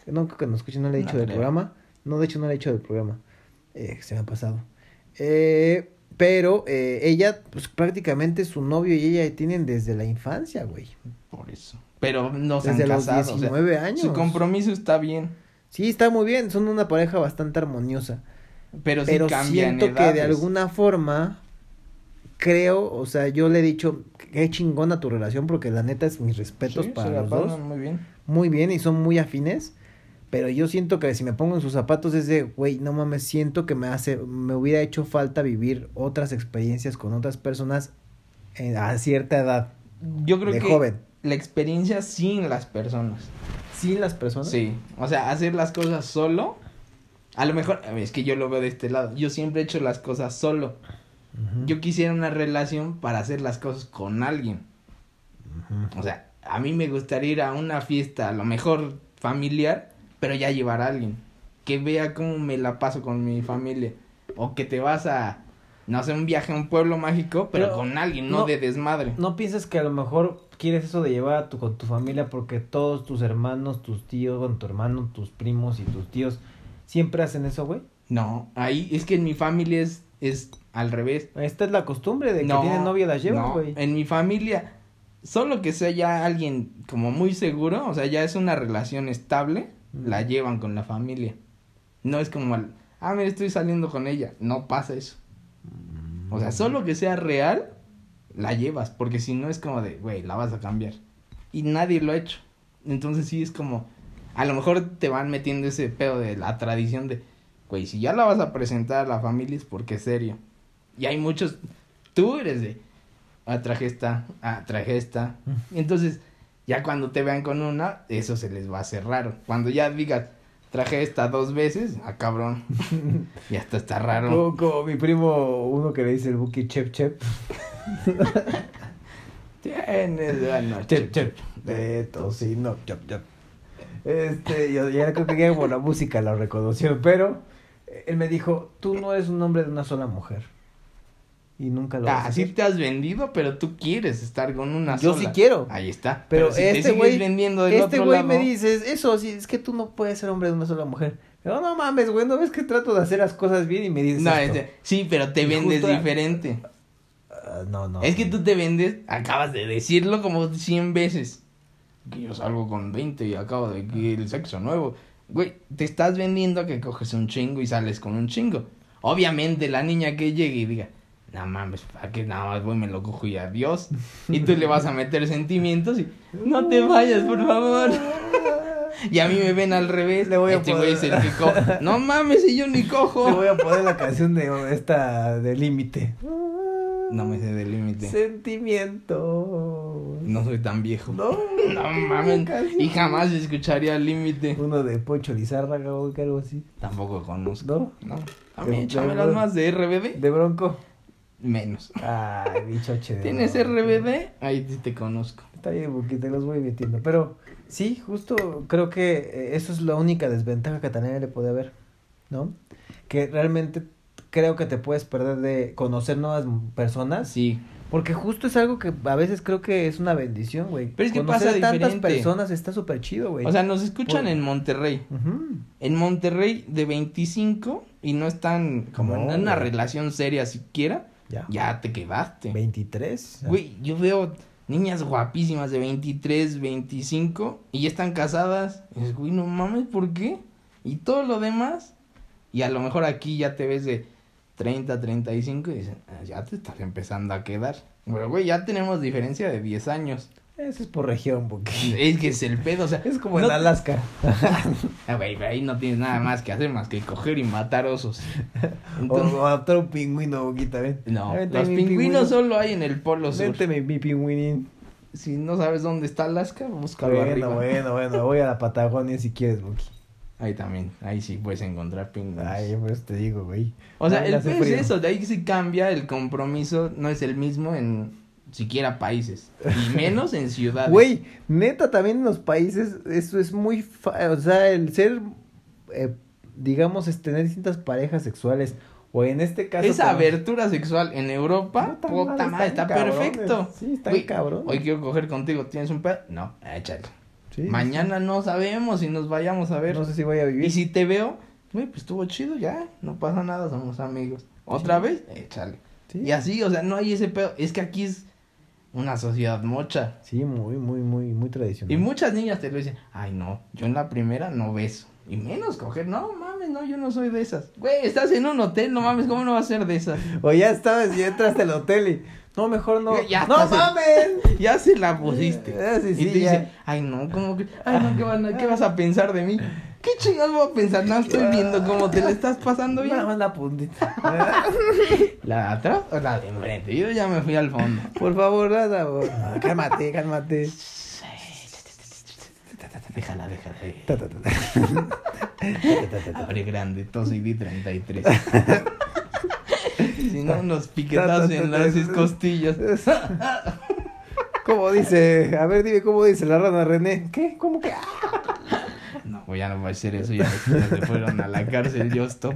Speaker 1: no creo que nos escuche, no le he
Speaker 2: No
Speaker 1: dicho del
Speaker 2: creo.
Speaker 1: programa. No, de hecho, no le he dicho del programa. Eh, se me ha pasado. Eh, pero eh, ella, pues prácticamente su novio y ella tienen desde la infancia, güey.
Speaker 2: Por eso. Pero no se han
Speaker 1: Desde los
Speaker 2: casado. o sea,
Speaker 1: 19 años.
Speaker 2: Su compromiso está bien,
Speaker 1: Sí, está muy bien. Son una pareja bastante armoniosa.
Speaker 2: pero sí
Speaker 1: pero
Speaker 2: cambian
Speaker 1: siento que de
Speaker 2: edades.
Speaker 1: alguna forma creo, o sea, yo le he dicho qué chingona tu relación porque la neta es mis respetos
Speaker 2: Sí,
Speaker 1: para
Speaker 2: se la
Speaker 1: los dos.
Speaker 2: pasan muy bien.
Speaker 1: muy bien y son muy afines. Pero yo siento que si me pongo en sus zapatos es de, güey, no mames, siento que me hace, me hubiera hecho falta vivir otras experiencias con otras personas en- a cierta edad,
Speaker 2: Yo creo
Speaker 1: de
Speaker 2: que
Speaker 1: joven.
Speaker 2: la experiencia sin las personas.
Speaker 1: ¿Sí las personas?
Speaker 2: Sí, o sea, hacer las cosas solo. A lo mejor, es que yo lo veo de este lado. Yo siempre he hecho las cosas solo.
Speaker 1: Ujú.
Speaker 2: Yo quisiera una relación para hacer las cosas con alguien.
Speaker 1: Ujú.
Speaker 2: O sea, a mí me gustaría ir a una fiesta, a lo mejor familiar, pero ya llevar a alguien. Que vea cómo me la paso con mi familia. O que te vas a, no sé, un viaje a un pueblo mágico, pero,
Speaker 3: Pero,
Speaker 2: con alguien, no,
Speaker 3: no.
Speaker 2: de desmadre.
Speaker 3: ¿No piensas que a lo mejor quieres eso de llevar a tu, con tu familia porque todos tus hermanos, tus tíos, con tu hermano, tus primos y tus tíos siempre hacen eso, güey?
Speaker 2: No, ahí es que en mi familia es, es al revés.
Speaker 3: Esta es la costumbre de que tienen novia y las llevan,
Speaker 2: no,
Speaker 3: güey.
Speaker 2: En mi familia, solo que sea ya alguien como muy seguro, o sea, ya es una relación estable, la llevan con la familia. No es como, el, ah, mira, estoy saliendo con ella. No pasa eso. O sea, solo que sea real, la llevas, porque si no es como de, güey, la vas a cambiar. Y nadie lo ha hecho. Entonces sí es como, a lo mejor te van metiendo ese pedo de la tradición de, güey, si ya la vas a presentar a la familia es porque es serio. Y hay muchos, tú eres de, ah, traje esta, ah, traje esta.
Speaker 1: Mm.
Speaker 2: Y entonces, ya cuando te vean con una, eso se les va a hacer raro. Cuando ya digas, traje esta dos veces, ah, cabrón, ya hasta está raro.
Speaker 3: Como, como mi primo, uno que le dice el Buki Chep Chep.
Speaker 2: Tienes la noche.
Speaker 3: Chep Chep. De tocino, Chep Chep. Este, yo ya creo que ya por la música lo reconoció, pero él me dijo, tú no eres un hombre de una sola mujer. Y nunca lo vas a
Speaker 2: Así
Speaker 3: hacer.
Speaker 2: Ah, te has vendido, pero tú quieres estar con una
Speaker 1: Yo
Speaker 2: sola.
Speaker 1: sí quiero.
Speaker 2: Ahí está.
Speaker 1: Pero
Speaker 2: si te
Speaker 1: este
Speaker 2: sigues
Speaker 1: güey-
Speaker 2: vendiendo del
Speaker 1: Este
Speaker 2: otro
Speaker 1: güey
Speaker 2: lado,
Speaker 1: me dices, eso, sí, es que tú no puedes ser hombre de una sola mujer. No, no mames, güey, no ves que trato de hacer las cosas bien y me dices
Speaker 2: No, este,
Speaker 3: esto.
Speaker 2: es de- sí, pero te
Speaker 3: Y
Speaker 2: vendes
Speaker 3: justo-
Speaker 2: diferente.
Speaker 3: Ah, no, no.
Speaker 2: Es que tú te vendes, acabas de decirlo como 100 veces. Que yo salgo con 20 y acabo de que el sexo nuevo. Güey, te estás vendiendo que coges un chingo y sales con un chingo. Obviamente la niña que llegue y diga, no mames, ¿para qué nada más voy, me lo cojo y adiós? Y tú le vas a meter sentimientos y, no te vayas, por favor. Y a mí me ven al revés.
Speaker 3: Le voy a
Speaker 2: este güey es el que cojo. No mames, y yo ni cojo.
Speaker 3: Te voy a poner la canción de esta de límite.
Speaker 2: No me sé del límite.
Speaker 3: Sentimiento.
Speaker 2: No soy tan viejo.
Speaker 3: No,
Speaker 2: No
Speaker 3: qué
Speaker 2: mames.
Speaker 3: canción.
Speaker 2: Y jamás escucharía al límite.
Speaker 3: Uno de Pocho Lizárraga o algo así.
Speaker 2: Tampoco conozco.
Speaker 3: ¿No?
Speaker 2: No. A mí
Speaker 3: De-
Speaker 2: échame
Speaker 3: de-
Speaker 2: las más de RBD.
Speaker 3: De Bronco.
Speaker 2: Menos.
Speaker 3: Ay, bicho HD.
Speaker 2: ¿Tienes RBD? Ahí sí te conozco.
Speaker 3: Está bien, porque te los voy metiendo. Pero sí, justo creo que eh, eso es la única desventaja que también le puede haber, ¿no? Que realmente creo que te puedes perder de conocer nuevas personas.
Speaker 2: Ah, Sí.
Speaker 3: Porque justo es algo que a veces creo que es una bendición, güey.
Speaker 2: Pero es que
Speaker 3: Conocer
Speaker 2: pasa
Speaker 3: a tantas
Speaker 2: diferente.
Speaker 3: personas está súper chido, güey.
Speaker 2: O sea, nos escuchan
Speaker 3: Por-
Speaker 2: en Monterrey.
Speaker 3: Ujú.
Speaker 2: En Monterrey de 25 y no están como
Speaker 3: No,
Speaker 2: en una
Speaker 3: güey.
Speaker 2: relación seria siquiera.
Speaker 3: Ya.
Speaker 2: Ya te quedaste.
Speaker 3: 23. ya.
Speaker 2: Güey, yo veo niñas guapísimas de 23, 25 y ya están casadas. Y dices, güey, no mames, ¿por qué? Y todo lo demás. Y a lo mejor aquí ya te ves de 30, 35 y dicen, "Ah, ya te estás empezando a quedar. Pero, güey, ya tenemos diferencia de 10 años.
Speaker 3: Eso es por región, porque
Speaker 2: Es que es el pedo, o sea.
Speaker 3: es como
Speaker 2: no-
Speaker 3: en Alaska.
Speaker 2: Ah, güey, pero ahí no tienes nada más que hacer más que coger y matar osos.
Speaker 3: O,
Speaker 2: Entonces,
Speaker 3: o adoptar un pingüino, boquita, ven.
Speaker 2: no,
Speaker 3: Vente,
Speaker 2: los
Speaker 3: mi
Speaker 2: pingüinos
Speaker 3: pingüino.
Speaker 2: solo hay en el polo sur.
Speaker 3: Vente mi, mi pingüinín.
Speaker 2: Si no sabes dónde está Alaska, búscalo
Speaker 3: Bueno,
Speaker 2: arriba.
Speaker 3: bueno, bueno, voy a la Patagonia si quieres, Buki.
Speaker 2: Ahí también, ahí sí puedes encontrar pingüinos.
Speaker 3: Ay, por eso te digo, güey.
Speaker 2: o sea,
Speaker 3: Ay,
Speaker 2: el
Speaker 3: hace
Speaker 2: pedo es
Speaker 3: frío.
Speaker 2: eso, de ahí sí cambia el compromiso, no es el mismo en siquiera países, y menos en ciudades.
Speaker 1: Güey, neta, también en los países eso es muy... fa- O sea, el ser, eh, digamos, es tener distintas parejas sexuales. O en este caso...
Speaker 2: Esa
Speaker 1: como-
Speaker 2: abertura sexual en Europa,
Speaker 1: Puta
Speaker 2: puta
Speaker 1: madre,
Speaker 2: madre, está
Speaker 1: están cabrones.
Speaker 2: perfecto.
Speaker 1: Sí, están
Speaker 2: Güey,
Speaker 1: cabrones.
Speaker 2: Hoy quiero coger contigo, ¿tienes un pedo? No, échale.
Speaker 1: Sí,
Speaker 2: Mañana no sabemos si nos vayamos a ver.
Speaker 1: No sé si voy a vivir.
Speaker 2: Y si te veo, güey, pues estuvo chido ya, no pasa nada, somos amigos. ¿Otra vez? Échale.
Speaker 1: Sí.
Speaker 2: Y así, o sea, no hay ese pedo. Es que aquí es una sociedad mocha.
Speaker 1: Sí, muy, muy, muy, muy tradicional.
Speaker 2: Y muchas niñas te lo dicen, ay no, yo en la primera no beso. Y menos coger, no mames, no, yo no soy de esas. Güey, estás en un hotel, no mames, ¿cómo no vas a ser de esas?
Speaker 1: O ya estabas y entraste al hotel y... No, mejor no.
Speaker 2: Ya
Speaker 1: ¡No
Speaker 2: estás en-
Speaker 1: mames!
Speaker 2: Ya se la pusiste.
Speaker 1: Eh, sí, sí,
Speaker 2: y te
Speaker 1: ya.
Speaker 2: dice, ay no, ¿cómo que? Ay no, ¿qué, van a- qué vas a pensar de mí? ¿Qué chingados voy a pensar? No
Speaker 1: Ah.
Speaker 2: estoy viendo cómo te la estás pasando bien.
Speaker 1: Nada más la puntita.
Speaker 2: ¿La de atrás o la de enfrente? Yo ya me fui al fondo.
Speaker 1: Por favor, nada, por- Ah, cálmate, cálmate.
Speaker 2: Déjala, déjala. eh.
Speaker 1: Ta, ta, ta, ta. Ta, ta, ta, ta.
Speaker 2: Abre grande, tos y di 33. si no, nos
Speaker 1: Ta, ta,
Speaker 2: piquetas
Speaker 1: ta,
Speaker 2: en
Speaker 1: ta.
Speaker 2: las costillas.
Speaker 1: ¿Cómo dice? A ver, dime cómo dice la rana René. ¿Qué? ¿Cómo que? Ah,
Speaker 2: No, pues ya no va a ser eso. Ya los que se fueron a la cárcel. Yo stop.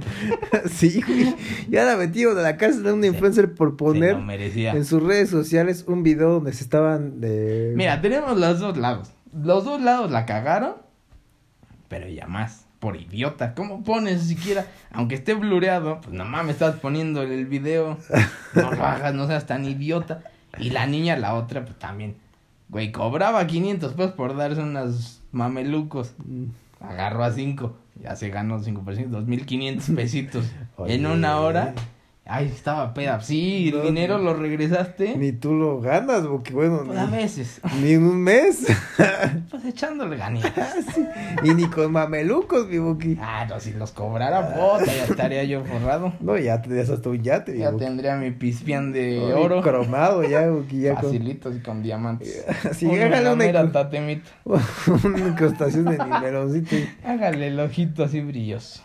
Speaker 1: Sí, güey. Ya la metieron a la cárcel a un influencer por
Speaker 2: Se
Speaker 1: poner
Speaker 2: lo merecía.
Speaker 1: en sus redes sociales un video donde se estaban de.
Speaker 2: Mira, tenemos los dos lados. Los dos lados la cagaron, pero ya más. Por idiota, ¿cómo pones siquiera? Aunque esté blureado, pues no mames, estás poniendo el video. No lo hagas, no seas tan idiota. Y la niña, la otra, pues también. Güey, cobraba 500 pesos por darse unas mamelucos.
Speaker 1: Mm,
Speaker 2: Agarró a 5. Ya se ganó 5%, 2.500 pesitos. En
Speaker 1: Oye.
Speaker 2: una hora. Ay, estaba peda. Sí, el
Speaker 1: No,
Speaker 2: dinero
Speaker 1: ni-
Speaker 2: lo regresaste.
Speaker 1: Ni tú lo ganas, porque bueno.
Speaker 2: Pues a
Speaker 1: ni-
Speaker 2: veces.
Speaker 1: Ni en un mes.
Speaker 2: Pues echándole ganitas.
Speaker 1: y ni con mamelucos, mi Buki.
Speaker 2: Ah, no, si los cobrara, puta, ya estaría yo forrado.
Speaker 1: No, ya tenías hasta un yate, mi
Speaker 2: Ya
Speaker 1: Buki.
Speaker 2: tendría mi pispián de
Speaker 1: Ay,
Speaker 2: oro.
Speaker 1: Cromado ya, Buki. Ya con...
Speaker 2: Facilitos y con diamantes.
Speaker 1: Sí,
Speaker 2: Una
Speaker 1: hágale una
Speaker 2: gamera
Speaker 1: incru-
Speaker 2: tatemita.
Speaker 1: una incrustación de nimeloncito.
Speaker 2: Hágale el ojito así brilloso.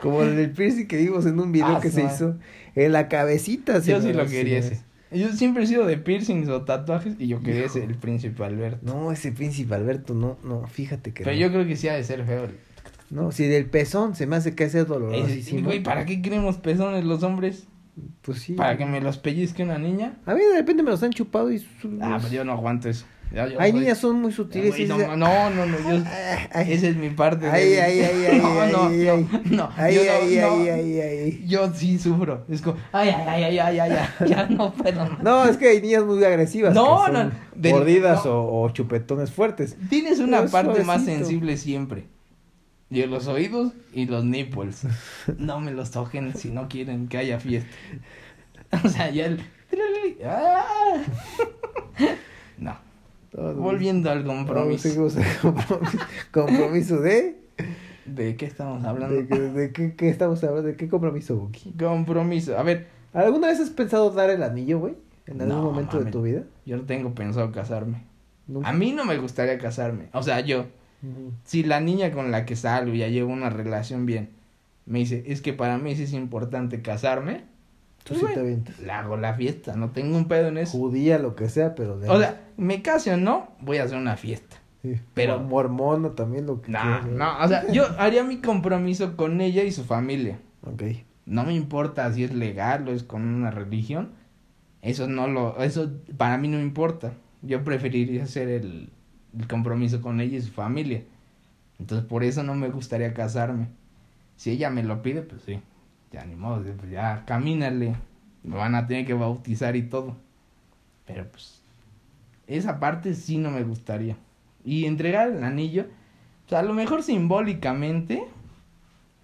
Speaker 1: Como el del piercing que vimos en un video
Speaker 2: Ah,
Speaker 1: que
Speaker 2: sí,
Speaker 1: se
Speaker 2: man.
Speaker 1: hizo en la cabecita.
Speaker 2: yo
Speaker 1: señor,
Speaker 2: sí lo quería
Speaker 1: señor.
Speaker 2: ese. Yo siempre he sido de piercings o tatuajes y yo quería ese, el príncipe Alberto.
Speaker 1: No, ese príncipe Alberto, no, no, fíjate que
Speaker 2: Pero
Speaker 1: no.
Speaker 2: yo creo que sí ha de ser feo.
Speaker 1: No, si del pezón se me hace que ese es
Speaker 2: Ese-
Speaker 1: dolorosísimo.
Speaker 2: Güey, ¿para qué queremos pezones los hombres?
Speaker 1: Pues sí.
Speaker 2: ¿Para que me los pellizque una niña?
Speaker 1: A mí de repente me los han chupado y... su-
Speaker 2: Ah, pues yo no aguanto eso. Ya, yo
Speaker 1: Hay
Speaker 2: soy-
Speaker 1: niñas son muy
Speaker 2: Ya,
Speaker 1: sutiles.
Speaker 2: güey,
Speaker 1: y
Speaker 2: no,
Speaker 1: se-
Speaker 2: no, no, no, yo-
Speaker 1: ay.
Speaker 2: esa es mi parte.
Speaker 1: Ay,
Speaker 2: débil.
Speaker 1: ay, ay, ay,
Speaker 2: no,
Speaker 1: ay,
Speaker 2: no,
Speaker 1: ay,
Speaker 2: no,
Speaker 1: ay.
Speaker 2: no,
Speaker 1: Ay,
Speaker 2: yo
Speaker 1: ay,
Speaker 2: no,
Speaker 1: ay,
Speaker 2: no,
Speaker 1: ay, ay.
Speaker 2: Yo sí sufro. Es como, ay, ay, ay, ay, ay, ay, ya, ya no puedo. más.
Speaker 1: No, es que hay niñas muy agresivas.
Speaker 2: No,
Speaker 1: que son
Speaker 2: no, de-
Speaker 1: mordidas
Speaker 2: no.
Speaker 1: O, o chupetones fuertes.
Speaker 2: Tienes una
Speaker 1: Pero
Speaker 2: parte más
Speaker 1: suavecito.
Speaker 2: sensible siempre. Yo los oídos y los nipples. No me los toquen si no quieren que haya fiesta. O sea, ya el... Ah. No,
Speaker 1: No, no.
Speaker 2: volviendo al
Speaker 1: Compromiso.
Speaker 2: compromiso.
Speaker 1: compromiso. Compromiso de...
Speaker 2: ¿De qué estamos
Speaker 1: ¿De,
Speaker 2: hablando?
Speaker 1: qué, de qué- qué estamos hablando? ¿De qué compromiso, Buki?
Speaker 2: Compromiso. A ver,
Speaker 1: ¿Alguna vez has pensado dar el anillo, güey? ¿En algún
Speaker 2: No,
Speaker 1: momento de
Speaker 2: mames.
Speaker 1: tu vida?
Speaker 2: yo no tengo pensado casarme.
Speaker 1: Nunca.
Speaker 2: A mí no me gustaría casarme. O sea, yo,
Speaker 1: Ujú.
Speaker 2: si la niña con la que salgo ya llevo una relación bien, me dice, es que para mí sí es importante casarme,
Speaker 1: Tú
Speaker 2: Pues,
Speaker 1: sí
Speaker 2: güey,
Speaker 1: te avientas.
Speaker 2: le hago la fiesta, no tengo un pedo en eso.
Speaker 1: Judía, lo que sea, pero... de-
Speaker 2: O sea, me case o no, voy a hacer una fiesta.
Speaker 1: sí.
Speaker 2: pero-
Speaker 1: Mor- Mormona también, lo que
Speaker 2: No,
Speaker 1: quieras, güey.
Speaker 2: no, o sea, yo haría mi compromiso con ella y su familia.
Speaker 1: Ok.
Speaker 2: No me importa si es legal o es con una religión. Eso no lo, eso para mí no me importa. Yo preferiría hacer el, el compromiso con ella y su familia. Entonces por eso no me gustaría casarme. Si ella me lo pide, pues sí. Ya ni modo, sí, pues ya camínale. Me van a tener que bautizar y todo. Pero pues esa parte sí no me gustaría. Y entregar el anillo, o sea, a lo mejor simbólicamente,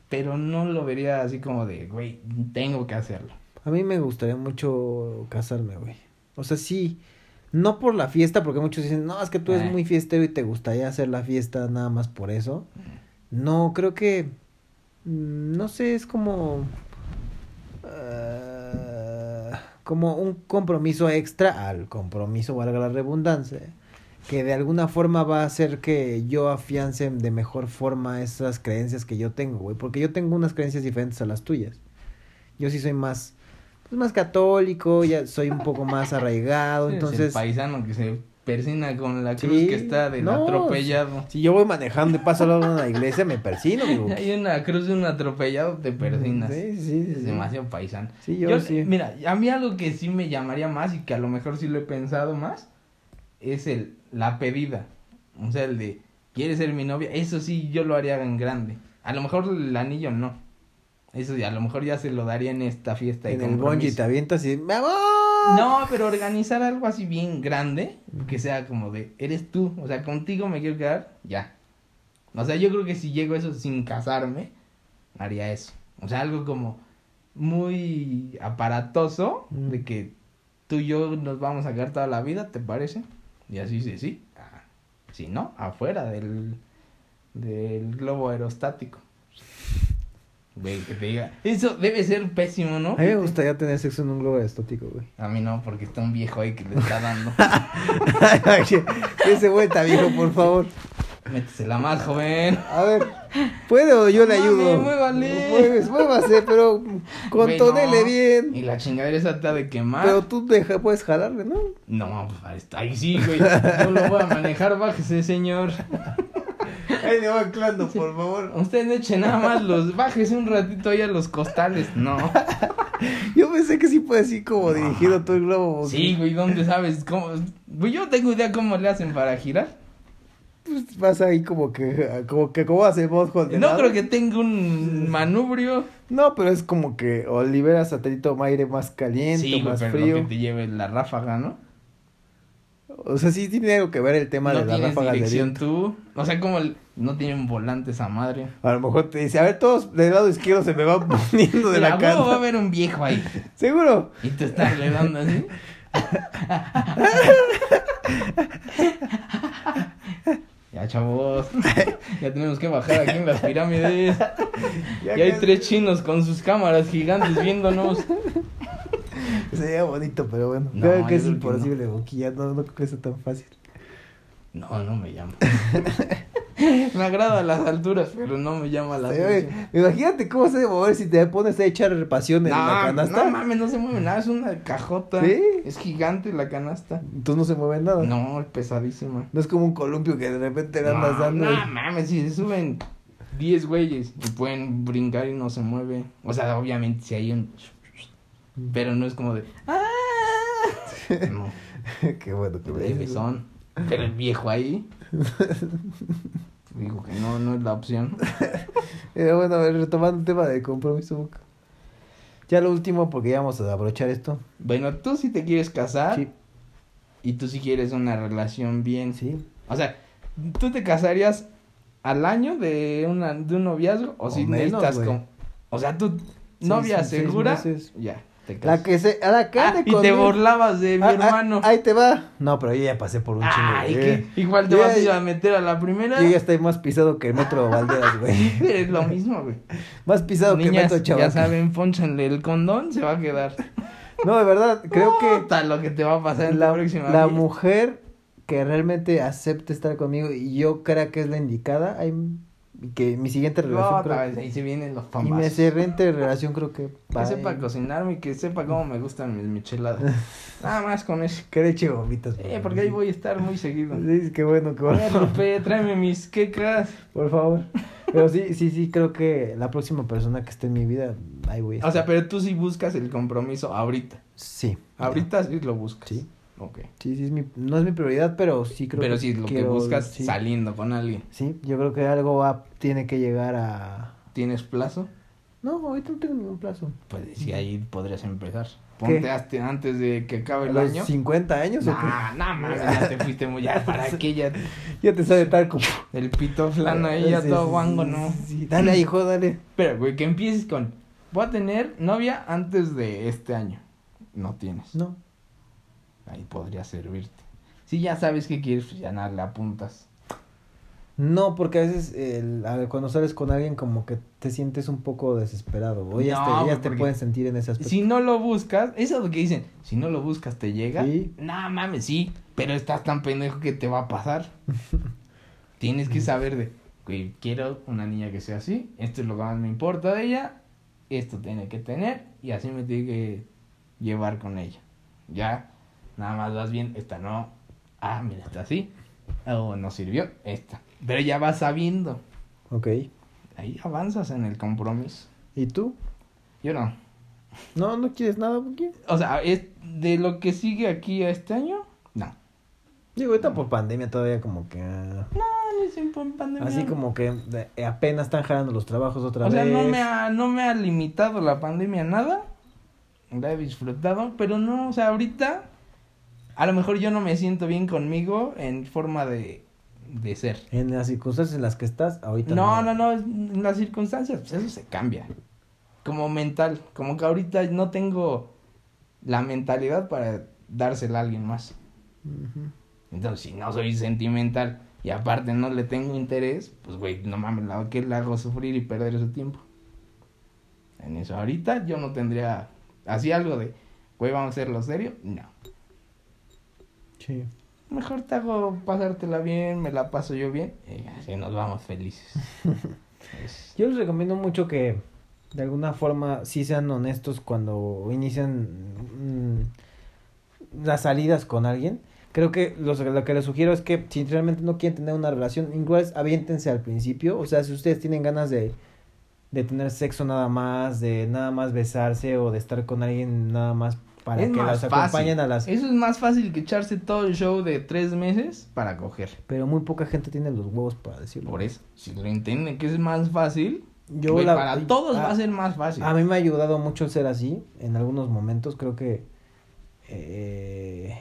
Speaker 2: pero no lo vería así como de, güey, tengo que hacerlo.
Speaker 1: A mí me gustaría mucho casarme, güey. O sea, sí. No por la fiesta, porque muchos dicen, no, es que tú eres
Speaker 2: Eh.
Speaker 1: muy fiestero y te gustaría hacer la fiesta nada más por eso. No, creo que. mm, No sé, es como. ah, como un compromiso extra al compromiso, valga la redundancia. que de alguna forma va a hacer que yo afiance de mejor forma esas creencias que yo tengo, güey. Porque yo tengo unas creencias diferentes a las tuyas. Yo sí soy más, pues más católico, ya soy un poco más arraigado,
Speaker 2: Eres
Speaker 1: entonces...
Speaker 2: El paisano que se persina con la
Speaker 1: Sí,
Speaker 2: cruz que está del
Speaker 1: no,
Speaker 2: atropellado.
Speaker 1: Si yo voy manejando y paso al lado de una iglesia, me persino, digo.
Speaker 2: Hay una cruz de un atropellado, te persinas.
Speaker 1: Sí, sí, sí,
Speaker 2: Es
Speaker 1: sí.
Speaker 2: demasiado paisano.
Speaker 1: Sí, yo,
Speaker 2: Yo-
Speaker 1: sí.
Speaker 2: Mira, a mí algo que sí me llamaría más y que a lo mejor sí lo he pensado más es el la pedida. O sea, el de ¿quieres ser mi novia? Eso sí yo lo haría en grande. A lo mejor el anillo no. Eso ya, a lo mejor ya se lo daría en esta fiesta de
Speaker 1: En el
Speaker 2: compromiso.
Speaker 1: bungee te avientas y... ¡Vamos!
Speaker 2: No, pero organizar algo así bien grande, que sea como de, eres tú, o sea, contigo me quiero quedar, ya. O sea, yo creo que si llego a eso sin casarme, haría eso. O sea, algo como muy aparatoso,
Speaker 1: Mm.
Speaker 2: de que tú y yo nos vamos a quedar toda la vida, ¿te parece? Y así, sí, sí. ah, Si no, afuera del, del globo aerostático. Güey, que te diga, eso debe ser pésimo, ¿no?
Speaker 1: A mí me gustaría tener sexo en un globo aerostático, güey.
Speaker 2: A mí no, porque está un viejo ahí que le está dando.
Speaker 1: Ese güey está viejo, por favor.
Speaker 2: Métesela más, joven.
Speaker 1: A ver, ¿puedo? Yo le
Speaker 2: Mami,
Speaker 1: ayudo.
Speaker 2: muévale.
Speaker 1: Mueves, muévase, pero contonele
Speaker 2: Bueno,
Speaker 1: bien.
Speaker 2: Y la chingadera esa está de quemar.
Speaker 1: Pero tú deja, puedes jalarle, ¿no?
Speaker 2: No, pues, ahí está- ahí sí, güey. Yo lo voy a manejar, bájese, señor.
Speaker 1: Ahí le va anclando, por favor.
Speaker 2: Usted no eche nada más los bájese un ratito ahí a los costales. No.
Speaker 1: Yo pensé que sí puedes ir como dirigido tú el globo.
Speaker 2: Ah. Sí, güey, ¿dónde sabes cómo? Güey, yo no tengo idea cómo le hacen para girar.
Speaker 1: Pues vas ahí como que, como que, como hace Bothold. de
Speaker 2: No
Speaker 1: lado.
Speaker 2: creo que tenga un manubrio.
Speaker 1: No, pero es como que o liberas satélite aire más caliente,
Speaker 2: Sí,
Speaker 1: o
Speaker 2: güey,
Speaker 1: más
Speaker 2: pero
Speaker 1: frío.
Speaker 2: no que te lleve la ráfaga, ¿no?
Speaker 1: O sea, sí tiene algo que ver el tema de
Speaker 2: No
Speaker 1: las
Speaker 2: tienes
Speaker 1: ráfagas de
Speaker 2: dirección
Speaker 1: viento.
Speaker 2: tú. O sea, como el- no tienen volante esa madre.
Speaker 1: A lo mejor te dice, a ver, todos del lado izquierdo se me va poniendo de
Speaker 2: Mira,
Speaker 1: la
Speaker 2: a huevo va a
Speaker 1: cara.
Speaker 2: haber un viejo ahí.
Speaker 1: Seguro.
Speaker 2: Y tú estás le dando así. ya, chavos. Ya tenemos que bajar aquí en las pirámides.
Speaker 1: Ya
Speaker 2: Y hay
Speaker 1: casi-
Speaker 2: tres chinos con sus cámaras gigantes viéndonos.
Speaker 1: Sería bonito, pero bueno.
Speaker 2: No,
Speaker 1: creo que
Speaker 2: yo
Speaker 1: es
Speaker 2: creo que
Speaker 1: imposible, Boquilla. No, no creo que sea tan fácil.
Speaker 2: No, no me llama. Me agrada las alturas, pero no me llama la
Speaker 1: Sí, oye,
Speaker 2: atención.
Speaker 1: imagínate cómo se debe mover si te pones a echar pasión en la
Speaker 2: No,
Speaker 1: canasta.
Speaker 2: no mames, no se mueve nada, es una cajota.
Speaker 1: ¿Sí?
Speaker 2: Es gigante la canasta.
Speaker 1: Entonces no se mueve nada. No.
Speaker 2: No, es pesadísima.
Speaker 1: es como un columpio que de repente le andas
Speaker 2: no,
Speaker 1: dando.
Speaker 2: no mames, si se suben 10 güeyes y pueden brincar y no se mueve. O sea, obviamente si hay un... Pero no es como de... "Ah". No,
Speaker 1: Qué bueno que
Speaker 2: de besón. Pero el viejo ahí... Digo que no, no es la opción.
Speaker 1: Eh, bueno, a ver, retomando el tema del compromiso, Boca. Ya lo último, porque ya vamos a abrochar esto.
Speaker 2: Bueno, tú si te quieres casar
Speaker 1: Sí,
Speaker 2: y tú si quieres una relación bien.
Speaker 1: sí.
Speaker 2: O sea, ¿tú te casarías al año de, una, de un noviazgo? O,
Speaker 1: O
Speaker 2: si
Speaker 1: menos,
Speaker 2: necesitas
Speaker 1: güey.
Speaker 2: como... O sea, tú novia
Speaker 1: sí, seis
Speaker 2: segura,
Speaker 1: meses.
Speaker 2: ya, te casas.
Speaker 1: La que se. A la que
Speaker 2: Ah,
Speaker 1: ande
Speaker 2: y te
Speaker 1: conmigo.
Speaker 2: burlabas de mi
Speaker 1: Ah, ah,
Speaker 2: hermano.
Speaker 1: ahí te va. No, pero yo ya pasé por un chingo.
Speaker 2: Ay,
Speaker 1: yo
Speaker 2: ¿qué? Igual te
Speaker 1: yo
Speaker 2: vas a
Speaker 1: ya-
Speaker 2: ir a meter a la primera.
Speaker 1: ya- Yo ya estoy más pisado que el metro Valderas, güey.
Speaker 2: Es lo mismo, güey.
Speaker 1: Más pisado que el
Speaker 2: Niñas,
Speaker 1: metro
Speaker 2: ya
Speaker 1: Chaval.
Speaker 2: saben, ponchanle el condón, se va a quedar.
Speaker 1: No, de verdad, creo que
Speaker 2: Puta, lo que te va a pasar en la,
Speaker 1: la,
Speaker 2: próxima
Speaker 1: la
Speaker 2: vida.
Speaker 1: mujer que realmente acepte estar conmigo y yo crea que es la indicada, ahí- y que mi siguiente relación
Speaker 2: No,
Speaker 1: creo-
Speaker 2: otra vez, ahí se vienen los
Speaker 1: y mi
Speaker 2: pambazos.
Speaker 1: siguiente relación creo que
Speaker 2: Que
Speaker 1: va
Speaker 2: sepa
Speaker 1: en-
Speaker 2: cocinarme y que sepa cómo me gustan mis micheladas. Nada más con eso.
Speaker 1: que le eche gomitas.
Speaker 2: Eh, porque ahí voy a estar muy seguido.
Speaker 1: Sí, qué bueno, qué
Speaker 2: Eh,
Speaker 1: bueno.
Speaker 2: Lupe, tráeme mis quecas.
Speaker 1: Por favor. Pero sí, sí, sí, creo que la próxima persona que esté en mi vida, ahí voy. a
Speaker 2: O sea,
Speaker 1: estar.
Speaker 2: pero tú sí buscas el compromiso ahorita.
Speaker 1: Sí.
Speaker 2: Ahorita sí lo buscas.
Speaker 1: Sí.
Speaker 2: Ok.
Speaker 1: Sí, sí, es mi- no es mi prioridad, pero sí creo
Speaker 2: pero si lo que
Speaker 1: quiero-
Speaker 2: buscas
Speaker 1: sí.
Speaker 2: saliendo con alguien,
Speaker 1: Sí, yo creo que algo va, tiene que llegar a...
Speaker 2: ¿tienes plazo?
Speaker 1: No, ahorita no tengo ningún plazo.
Speaker 2: Pues sí, ahí podrías empezar. Ponte hasta antes de que acabe
Speaker 1: ¿A
Speaker 2: el
Speaker 1: los
Speaker 2: año.
Speaker 1: 50 años o qué?
Speaker 2: Nah, nah, mames, ya te fuiste muy ya para aquella.
Speaker 1: Ya te sale tal como...
Speaker 2: El pito flano ahí ya
Speaker 1: Sí,
Speaker 2: todo
Speaker 1: sí,
Speaker 2: guango,
Speaker 1: sí,
Speaker 2: ¿no?
Speaker 1: sí, sí. Dale, hijo, dale.
Speaker 2: Pero, güey, que empieces con. Voy a tener novia antes de este año. No tienes.
Speaker 1: No.
Speaker 2: Ahí podría servirte. Si ya sabes qué quieres, pues ya nada, le apuntas.
Speaker 1: No, porque a veces el, a ver, cuando sales con alguien como que te sientes un poco desesperado. O ellas,
Speaker 2: No,
Speaker 1: te,
Speaker 2: güey,
Speaker 1: ellas te
Speaker 2: porque-
Speaker 1: pueden sentir en ese aspecto.
Speaker 2: Si no lo buscas, eso es lo que dicen. Si no lo buscas, te llega.
Speaker 1: Sí.
Speaker 2: No mames, sí, pero estás tan pendejo que te va a pasar. Tienes que saber de, güey, quiero una niña que sea así. Esto es lo que más me importa de ella. Esto tiene que tener. Y así me tiene que llevar con ella. Ya, nada más vas bien. Esta no. Ah, mira, esta sí. Oh, no sirvió. Esta. Pero ya vas sabiendo.
Speaker 1: Ok.
Speaker 2: Ahí avanzas en el compromiso.
Speaker 1: ¿Y tú?
Speaker 2: Yo no.
Speaker 1: No, no quieres nada, porque
Speaker 2: O sea, es de lo que sigue aquí a este año, no.
Speaker 1: Digo, ahorita por pandemia todavía como que... ah, así como que eh, apenas están jalando los trabajos otra
Speaker 2: O sea,
Speaker 1: vez.
Speaker 2: no me, ha, no me ha limitado la pandemia a nada. La he disfrutado, pero no, o sea, ahorita a lo mejor yo no me siento bien conmigo en forma de, de ser.
Speaker 1: En las circunstancias en las que estás ahorita.
Speaker 2: No, no, no, es- en las circunstancias, pues eso se cambia. Como mental, como que ahorita no tengo la mentalidad para dársela a alguien más.
Speaker 1: Ujú.
Speaker 2: Entonces, si no soy sentimental y aparte no le tengo interés, pues, güey, no mames, ¿a qué le hago sufrir y perder su tiempo? En eso, ahorita yo no tendría así algo de, güey, vamos a hacerlo serio. No.
Speaker 1: Sí.
Speaker 2: Mejor te hago pasártela bien, me la paso yo bien y así nos vamos felices. Es-
Speaker 1: Yo les recomiendo mucho que de alguna forma sí sean honestos cuando inician mm, las salidas con alguien. Creo que los- lo que les sugiero es que si realmente no quieren tener una relación, igual aviéntense al principio. O sea, si ustedes tienen ganas de, de tener sexo nada más, de nada más besarse o de estar con alguien nada más para
Speaker 2: es
Speaker 1: que
Speaker 2: más
Speaker 1: las
Speaker 2: fácil.
Speaker 1: acompañen a las...
Speaker 2: Eso es más fácil que echarse todo el show de tres meses para coger.
Speaker 1: Pero muy poca gente tiene los huevos para decirlo.
Speaker 2: Por eso, si lo entienden que es más fácil,
Speaker 1: Yo
Speaker 2: güey,
Speaker 1: la-
Speaker 2: para todos
Speaker 1: Ah,
Speaker 2: va a ser más fácil.
Speaker 1: A mí me ha ayudado mucho ser así en algunos momentos, creo que... eh,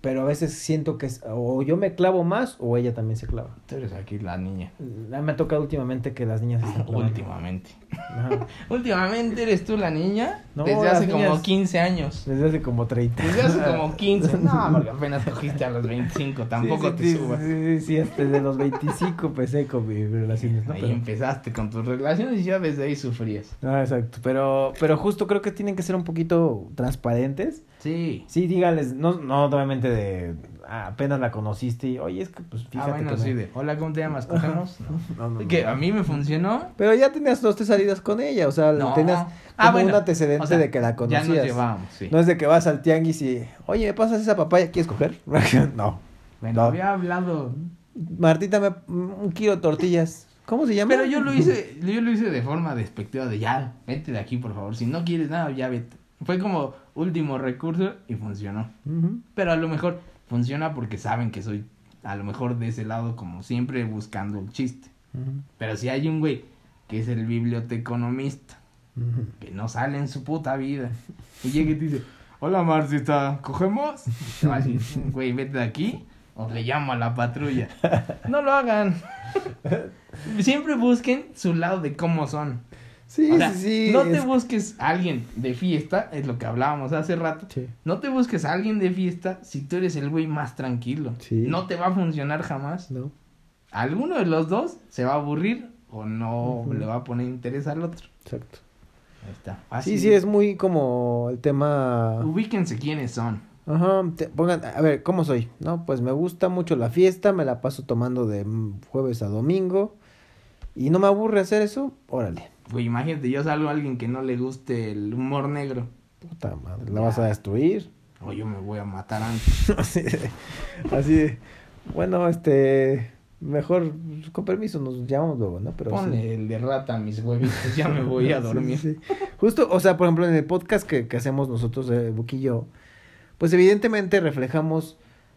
Speaker 1: pero a veces siento que es- o yo me clavo más o ella también se clava.
Speaker 2: Tú eres aquí la niña.
Speaker 1: La- Me ha tocado últimamente que las niñas se están clavando.
Speaker 2: Últimamente.
Speaker 1: Ajá.
Speaker 2: Últimamente eres tú la niña.
Speaker 1: No,
Speaker 2: desde
Speaker 1: las
Speaker 2: hace como
Speaker 1: niñas.
Speaker 2: 15 años.
Speaker 1: Desde hace como 30.
Speaker 2: Desde hace como 15. No, porque apenas cogiste a los 25. Tampoco
Speaker 1: Sí,
Speaker 2: te
Speaker 1: sí, sí,
Speaker 2: subas.
Speaker 1: Sí, sí, sí, hasta desde los 25 empecé con mis relaciones, ¿no?
Speaker 2: Ahí
Speaker 1: Pero-
Speaker 2: empezaste con tus relaciones y ya desde ahí sufrías.
Speaker 1: Ah, exacto, pero, pero justo creo que tienen que ser un poquito transparentes
Speaker 2: Sí.
Speaker 1: Sí, díganles, no, no obviamente de ah, apenas la conociste y oye, es que pues
Speaker 2: Ah,
Speaker 1: fíjate
Speaker 2: bueno,
Speaker 1: que
Speaker 2: sí,
Speaker 1: me-
Speaker 2: de, Hola, ¿cómo te llamas? ¿Cogemos? No.
Speaker 1: No, no, no.
Speaker 2: Que a mí me funcionó.
Speaker 1: Pero ya tenías dos tres salidas con ella, o sea,
Speaker 2: No.
Speaker 1: tenías
Speaker 2: Ah,
Speaker 1: como un
Speaker 2: bueno,
Speaker 1: antecedente
Speaker 2: o sea,
Speaker 1: de que la
Speaker 2: Ya
Speaker 1: conocías.
Speaker 2: nos llevábamos, sí.
Speaker 1: No es de que vas al tianguis y, oye, ¿me pasas esa papaya? ¿Quieres coger? no.
Speaker 2: Bueno,
Speaker 1: no.
Speaker 2: había hablado.
Speaker 1: Martita, me, un kilo de tortillas. ¿Cómo se llama?
Speaker 2: Pero yo lo hice, yo lo hice de forma despectiva de ya, vete de aquí, por favor. Si no quieres nada, ya vete. Fue como último recurso y funcionó.
Speaker 1: Ujú.
Speaker 2: Pero a lo mejor funciona porque saben que soy a lo mejor de ese lado como siempre buscando el chiste.
Speaker 1: Ujú.
Speaker 2: Pero si hay un güey que es el biblioteconomista,
Speaker 1: Ujú.
Speaker 2: que no sale en su puta vida, y llega y te dice, hola Marcita, ¿cogemos? Y te va a decir, güey, vete de aquí o le llamo a la patrulla. No lo hagan. Siempre busquen su lado de cómo son.
Speaker 1: Sí,
Speaker 2: O sea,
Speaker 1: sí, sí.
Speaker 2: no te
Speaker 1: es-
Speaker 2: busques a alguien de fiesta, es lo que hablábamos hace rato.
Speaker 1: Sí.
Speaker 2: No te busques a alguien de fiesta si tú eres el güey más tranquilo.
Speaker 1: Sí.
Speaker 2: No te va a funcionar jamás.
Speaker 1: No.
Speaker 2: Alguno de los dos se va a aburrir o no
Speaker 1: Ujú.
Speaker 2: le va a poner interés al otro.
Speaker 1: Exacto.
Speaker 2: Ahí está.
Speaker 1: Sí,
Speaker 2: Fácil.
Speaker 1: sí, es muy como el tema...
Speaker 2: Ubíquense quiénes son.
Speaker 1: Ajá, te- pongan, a ver, ¿cómo soy? No, pues me gusta mucho la fiesta, me la paso tomando de mm, jueves a domingo y no me aburre hacer eso, órale.
Speaker 2: Güey, imagínate, yo salgo a alguien que no le guste el humor negro.
Speaker 1: Puta madre, la vas a destruir.
Speaker 2: O yo me voy a matar antes.
Speaker 1: así, de, así de, bueno, este, mejor, con permiso, nos llamamos luego, ¿no? Pero Pues sí.
Speaker 2: Ponle el de rata a mis huevitos, ya me voy a
Speaker 1: Sí,
Speaker 2: dormir.
Speaker 1: sí, sí. Justo, o sea, por ejemplo, en el podcast que, que hacemos nosotros, eh, Buki y yo, pues evidentemente reflejamos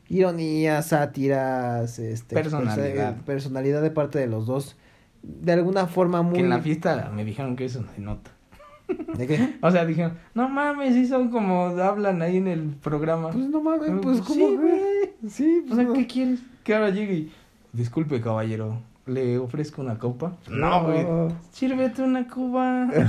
Speaker 1: ironías, sátiras, este,
Speaker 2: Personalidad.
Speaker 1: perso- eh, personalidad de parte de los dos, de alguna forma muy...
Speaker 2: Que en la fiesta me dijeron que eso no se nota.
Speaker 1: ¿De qué?
Speaker 2: O sea, dijeron, no mames, sí son como hablan ahí en el programa.
Speaker 1: Pues no mames,
Speaker 2: Eh,
Speaker 1: pues
Speaker 2: pues
Speaker 1: como...
Speaker 2: sí,
Speaker 1: güey? Sí,
Speaker 2: o
Speaker 1: pues...
Speaker 2: sea,
Speaker 1: no.
Speaker 2: ¿qué quieres? Que ahora llegue y... Disculpe, caballero, ¿le ofrezco una copa? No, güey. Sírvete una cuba.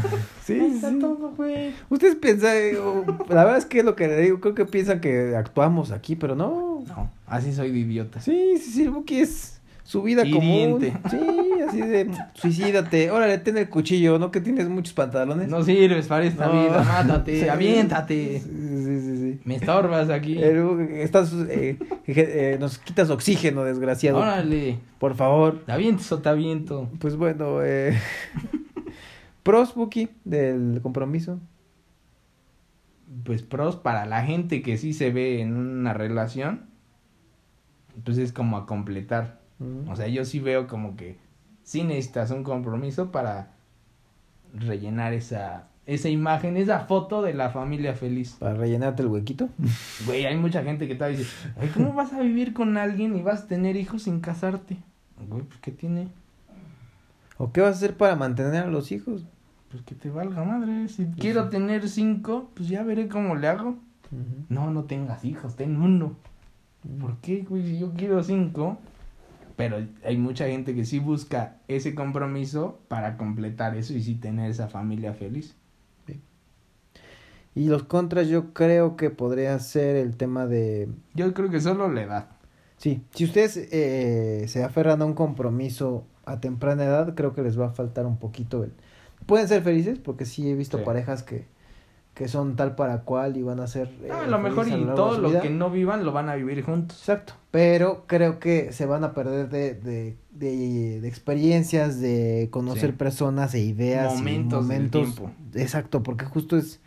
Speaker 1: Sí,
Speaker 2: Ahí está
Speaker 1: sí.
Speaker 2: todo, güey.
Speaker 1: Ustedes piensan, eh, o- la verdad es que lo que le digo, creo que piensan que actuamos aquí, pero no.
Speaker 2: No, así soy de idiota.
Speaker 1: Sí, sí, sí, el Buki es su vida
Speaker 2: Hiriente.
Speaker 1: común. Sí, así de suicídate, órale, ten el cuchillo, ¿no? Que tienes muchos pantalones.
Speaker 2: No sirves para esta
Speaker 1: No.
Speaker 2: vida, mátate,
Speaker 1: Sí.
Speaker 2: aviéntate.
Speaker 1: Sí, sí, sí, sí.
Speaker 2: Me estorbas aquí.
Speaker 1: Eh, Estás, eh, je- eh, nos quitas oxígeno, desgraciado.
Speaker 2: Órale,
Speaker 1: Por favor.
Speaker 2: ¿te avientes o te aviento?
Speaker 1: Pues bueno, eh, pros, Buki, del compromiso.
Speaker 2: Pues pros para la gente que sí se ve en una relación, pues es como a completar.
Speaker 1: Mm.
Speaker 2: O sea, yo sí veo como que sí necesitas un compromiso para rellenar esa, esa imagen, esa foto de la familia feliz.
Speaker 1: Para rellenarte el huequito.
Speaker 2: Güey, hay mucha gente que todavía dice, "Ay, ¿cómo vas a vivir con alguien y vas a tener hijos sin casarte? Güey, pues ¿qué tiene?
Speaker 1: ¿O qué vas a hacer para mantener a los hijos?
Speaker 2: Pues que te valga madre. Si quiero tener cinco, pues ya veré cómo le hago.
Speaker 1: Ujú.
Speaker 2: No, no tengas hijos, ten uno. ¿Por qué, güey? Si yo quiero cinco. Pero hay mucha gente que sí busca ese compromiso para completar eso y sí tener esa familia feliz.
Speaker 1: Y los contras yo creo que podría ser el tema de...
Speaker 2: Yo creo que solo la edad.
Speaker 1: Sí, si ustedes eh, se aferran a un compromiso a temprana edad, creo que les va a faltar un poquito el... Pueden ser felices, porque sí he visto
Speaker 2: Sí.
Speaker 1: parejas que, que son tal para cual y van a ser... eh,
Speaker 2: Ah, a lo mejor y
Speaker 1: felices a largo de
Speaker 2: todo
Speaker 1: su
Speaker 2: lo
Speaker 1: vida.
Speaker 2: que no vivan lo van a vivir juntos.
Speaker 1: Exacto. Pero creo que se van a perder de, de, de, de experiencias, de conocer
Speaker 2: Sí.
Speaker 1: personas e ideas. y
Speaker 2: Momentos del tiempo.
Speaker 1: Exacto, porque justo es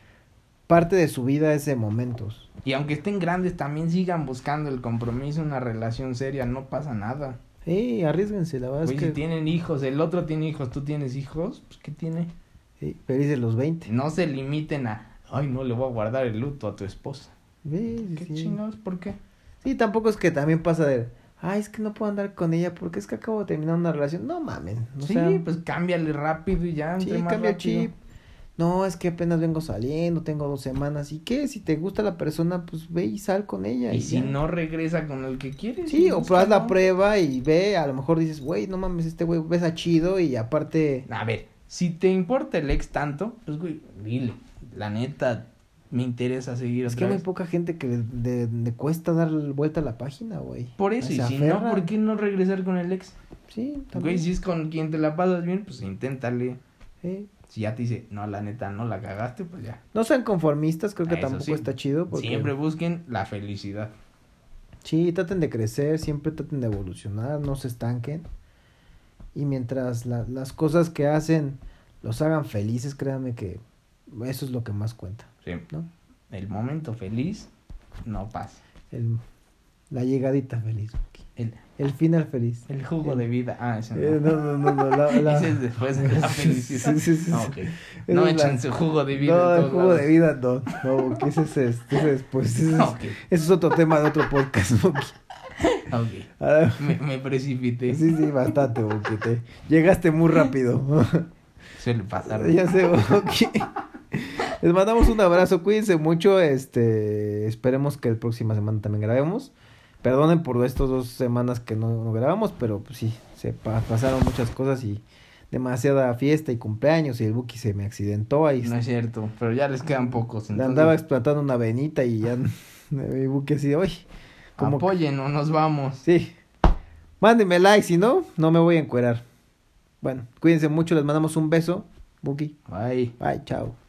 Speaker 1: parte de su vida es de momentos.
Speaker 2: Y aunque estén grandes, también sigan buscando el compromiso, una relación seria, no pasa nada.
Speaker 1: Sí, arriesguense, la verdad
Speaker 2: Güey,
Speaker 1: es que
Speaker 2: si tienen hijos, el otro tiene hijos, tú tienes hijos, pues ¿qué tiene?
Speaker 1: sí, felices los 20.
Speaker 2: No se limiten a, ay, no le voy a guardar el luto a tu esposa.
Speaker 1: Sí,
Speaker 2: ¿Qué
Speaker 1: sí.
Speaker 2: chingados? ¿Por qué?
Speaker 1: Sí, tampoco es que también pasa de, ay, es que no puedo andar con ella porque es que acabo de terminar una relación. No mamen. o
Speaker 2: sí,
Speaker 1: sea,
Speaker 2: pues cámbiale rápido y ya.
Speaker 1: Sí,
Speaker 2: entre más
Speaker 1: cambia
Speaker 2: rápido.
Speaker 1: chip. No, es que apenas vengo saliendo, tengo dos semanas. ¿Y qué? Si te gusta la persona, pues ve y sal con ella.
Speaker 2: Y si
Speaker 1: ya.
Speaker 2: no regresa con el que quieres.
Speaker 1: Sí, o
Speaker 2: pues,
Speaker 1: haz la
Speaker 2: cabrón.
Speaker 1: prueba y ve, a lo mejor dices, güey, no mames, este güey besa chido y aparte...
Speaker 2: A ver, si te importa el ex tanto, pues güey, dile. La neta, me interesa seguir
Speaker 1: Es que
Speaker 2: otra
Speaker 1: hay muy
Speaker 2: vez.
Speaker 1: poca gente que le, le- le cuesta dar vuelta a la página, güey.
Speaker 2: Por eso, y
Speaker 1: Se
Speaker 2: si no,
Speaker 1: aferra.
Speaker 2: ¿por qué no regresar con el ex?
Speaker 1: Sí, también.
Speaker 2: Güey, si es con quien te la pasas bien, pues inténtale.
Speaker 1: Sí.
Speaker 2: Si ya te dice, no, la neta, no la cagaste, pues ya.
Speaker 1: No sean conformistas, creo que
Speaker 2: Eso
Speaker 1: tampoco
Speaker 2: sí.
Speaker 1: está chido. Porque...
Speaker 2: Siempre busquen la felicidad.
Speaker 1: Sí, traten de crecer, siempre traten de evolucionar, no se estanquen. Y mientras la- las cosas que hacen los hagan felices, créanme que eso es lo que más cuenta,
Speaker 2: Sí.
Speaker 1: ¿no?
Speaker 2: El momento feliz no pasa.
Speaker 1: El- la llegadita feliz,
Speaker 2: El,
Speaker 1: el final feliz.
Speaker 2: el jugo de vida. Ah, eso no.
Speaker 1: Eh, no, no, no, no, la- la-
Speaker 2: Ese es después de la felicidad.
Speaker 1: Sí, sí, sí, sí.
Speaker 2: Ah, ok.
Speaker 1: Esa
Speaker 2: No
Speaker 1: es la-
Speaker 2: echan su jugo de vida.
Speaker 1: No,
Speaker 2: en
Speaker 1: el
Speaker 2: todos
Speaker 1: jugo de
Speaker 2: lados.
Speaker 1: vida no, no, porque ese es, este, ese después, ese es,
Speaker 2: Ah, ok,
Speaker 1: ese es otro tema de otro podcast, Buki.
Speaker 2: ah, ok.
Speaker 1: A ver,
Speaker 2: Me, me precipité.
Speaker 1: Sí, sí, bastante, Buki, te- llegaste muy rápido.
Speaker 2: Suele pasar.
Speaker 1: Ya sé, ok. Les mandamos un abrazo, cuídense mucho, este, esperemos que la próxima semana también grabemos. Perdonen por estas dos semanas que no, no grabamos, pero pues, sí, se pa- pasaron muchas cosas y demasiada fiesta y cumpleaños y el Buki se me accidentó ahí.
Speaker 2: No es cierto, pero ya les quedan pocos.
Speaker 1: Le
Speaker 2: Entonces,
Speaker 1: andaba explotando una venita y ya el Buki así de hoy. Como que-
Speaker 2: apoyen o nos vamos.
Speaker 1: sí. Mándenme like, si no, no me voy a encuerar. Bueno, cuídense mucho, les mandamos un beso, Buki.
Speaker 2: Bye.
Speaker 1: Bye, chao.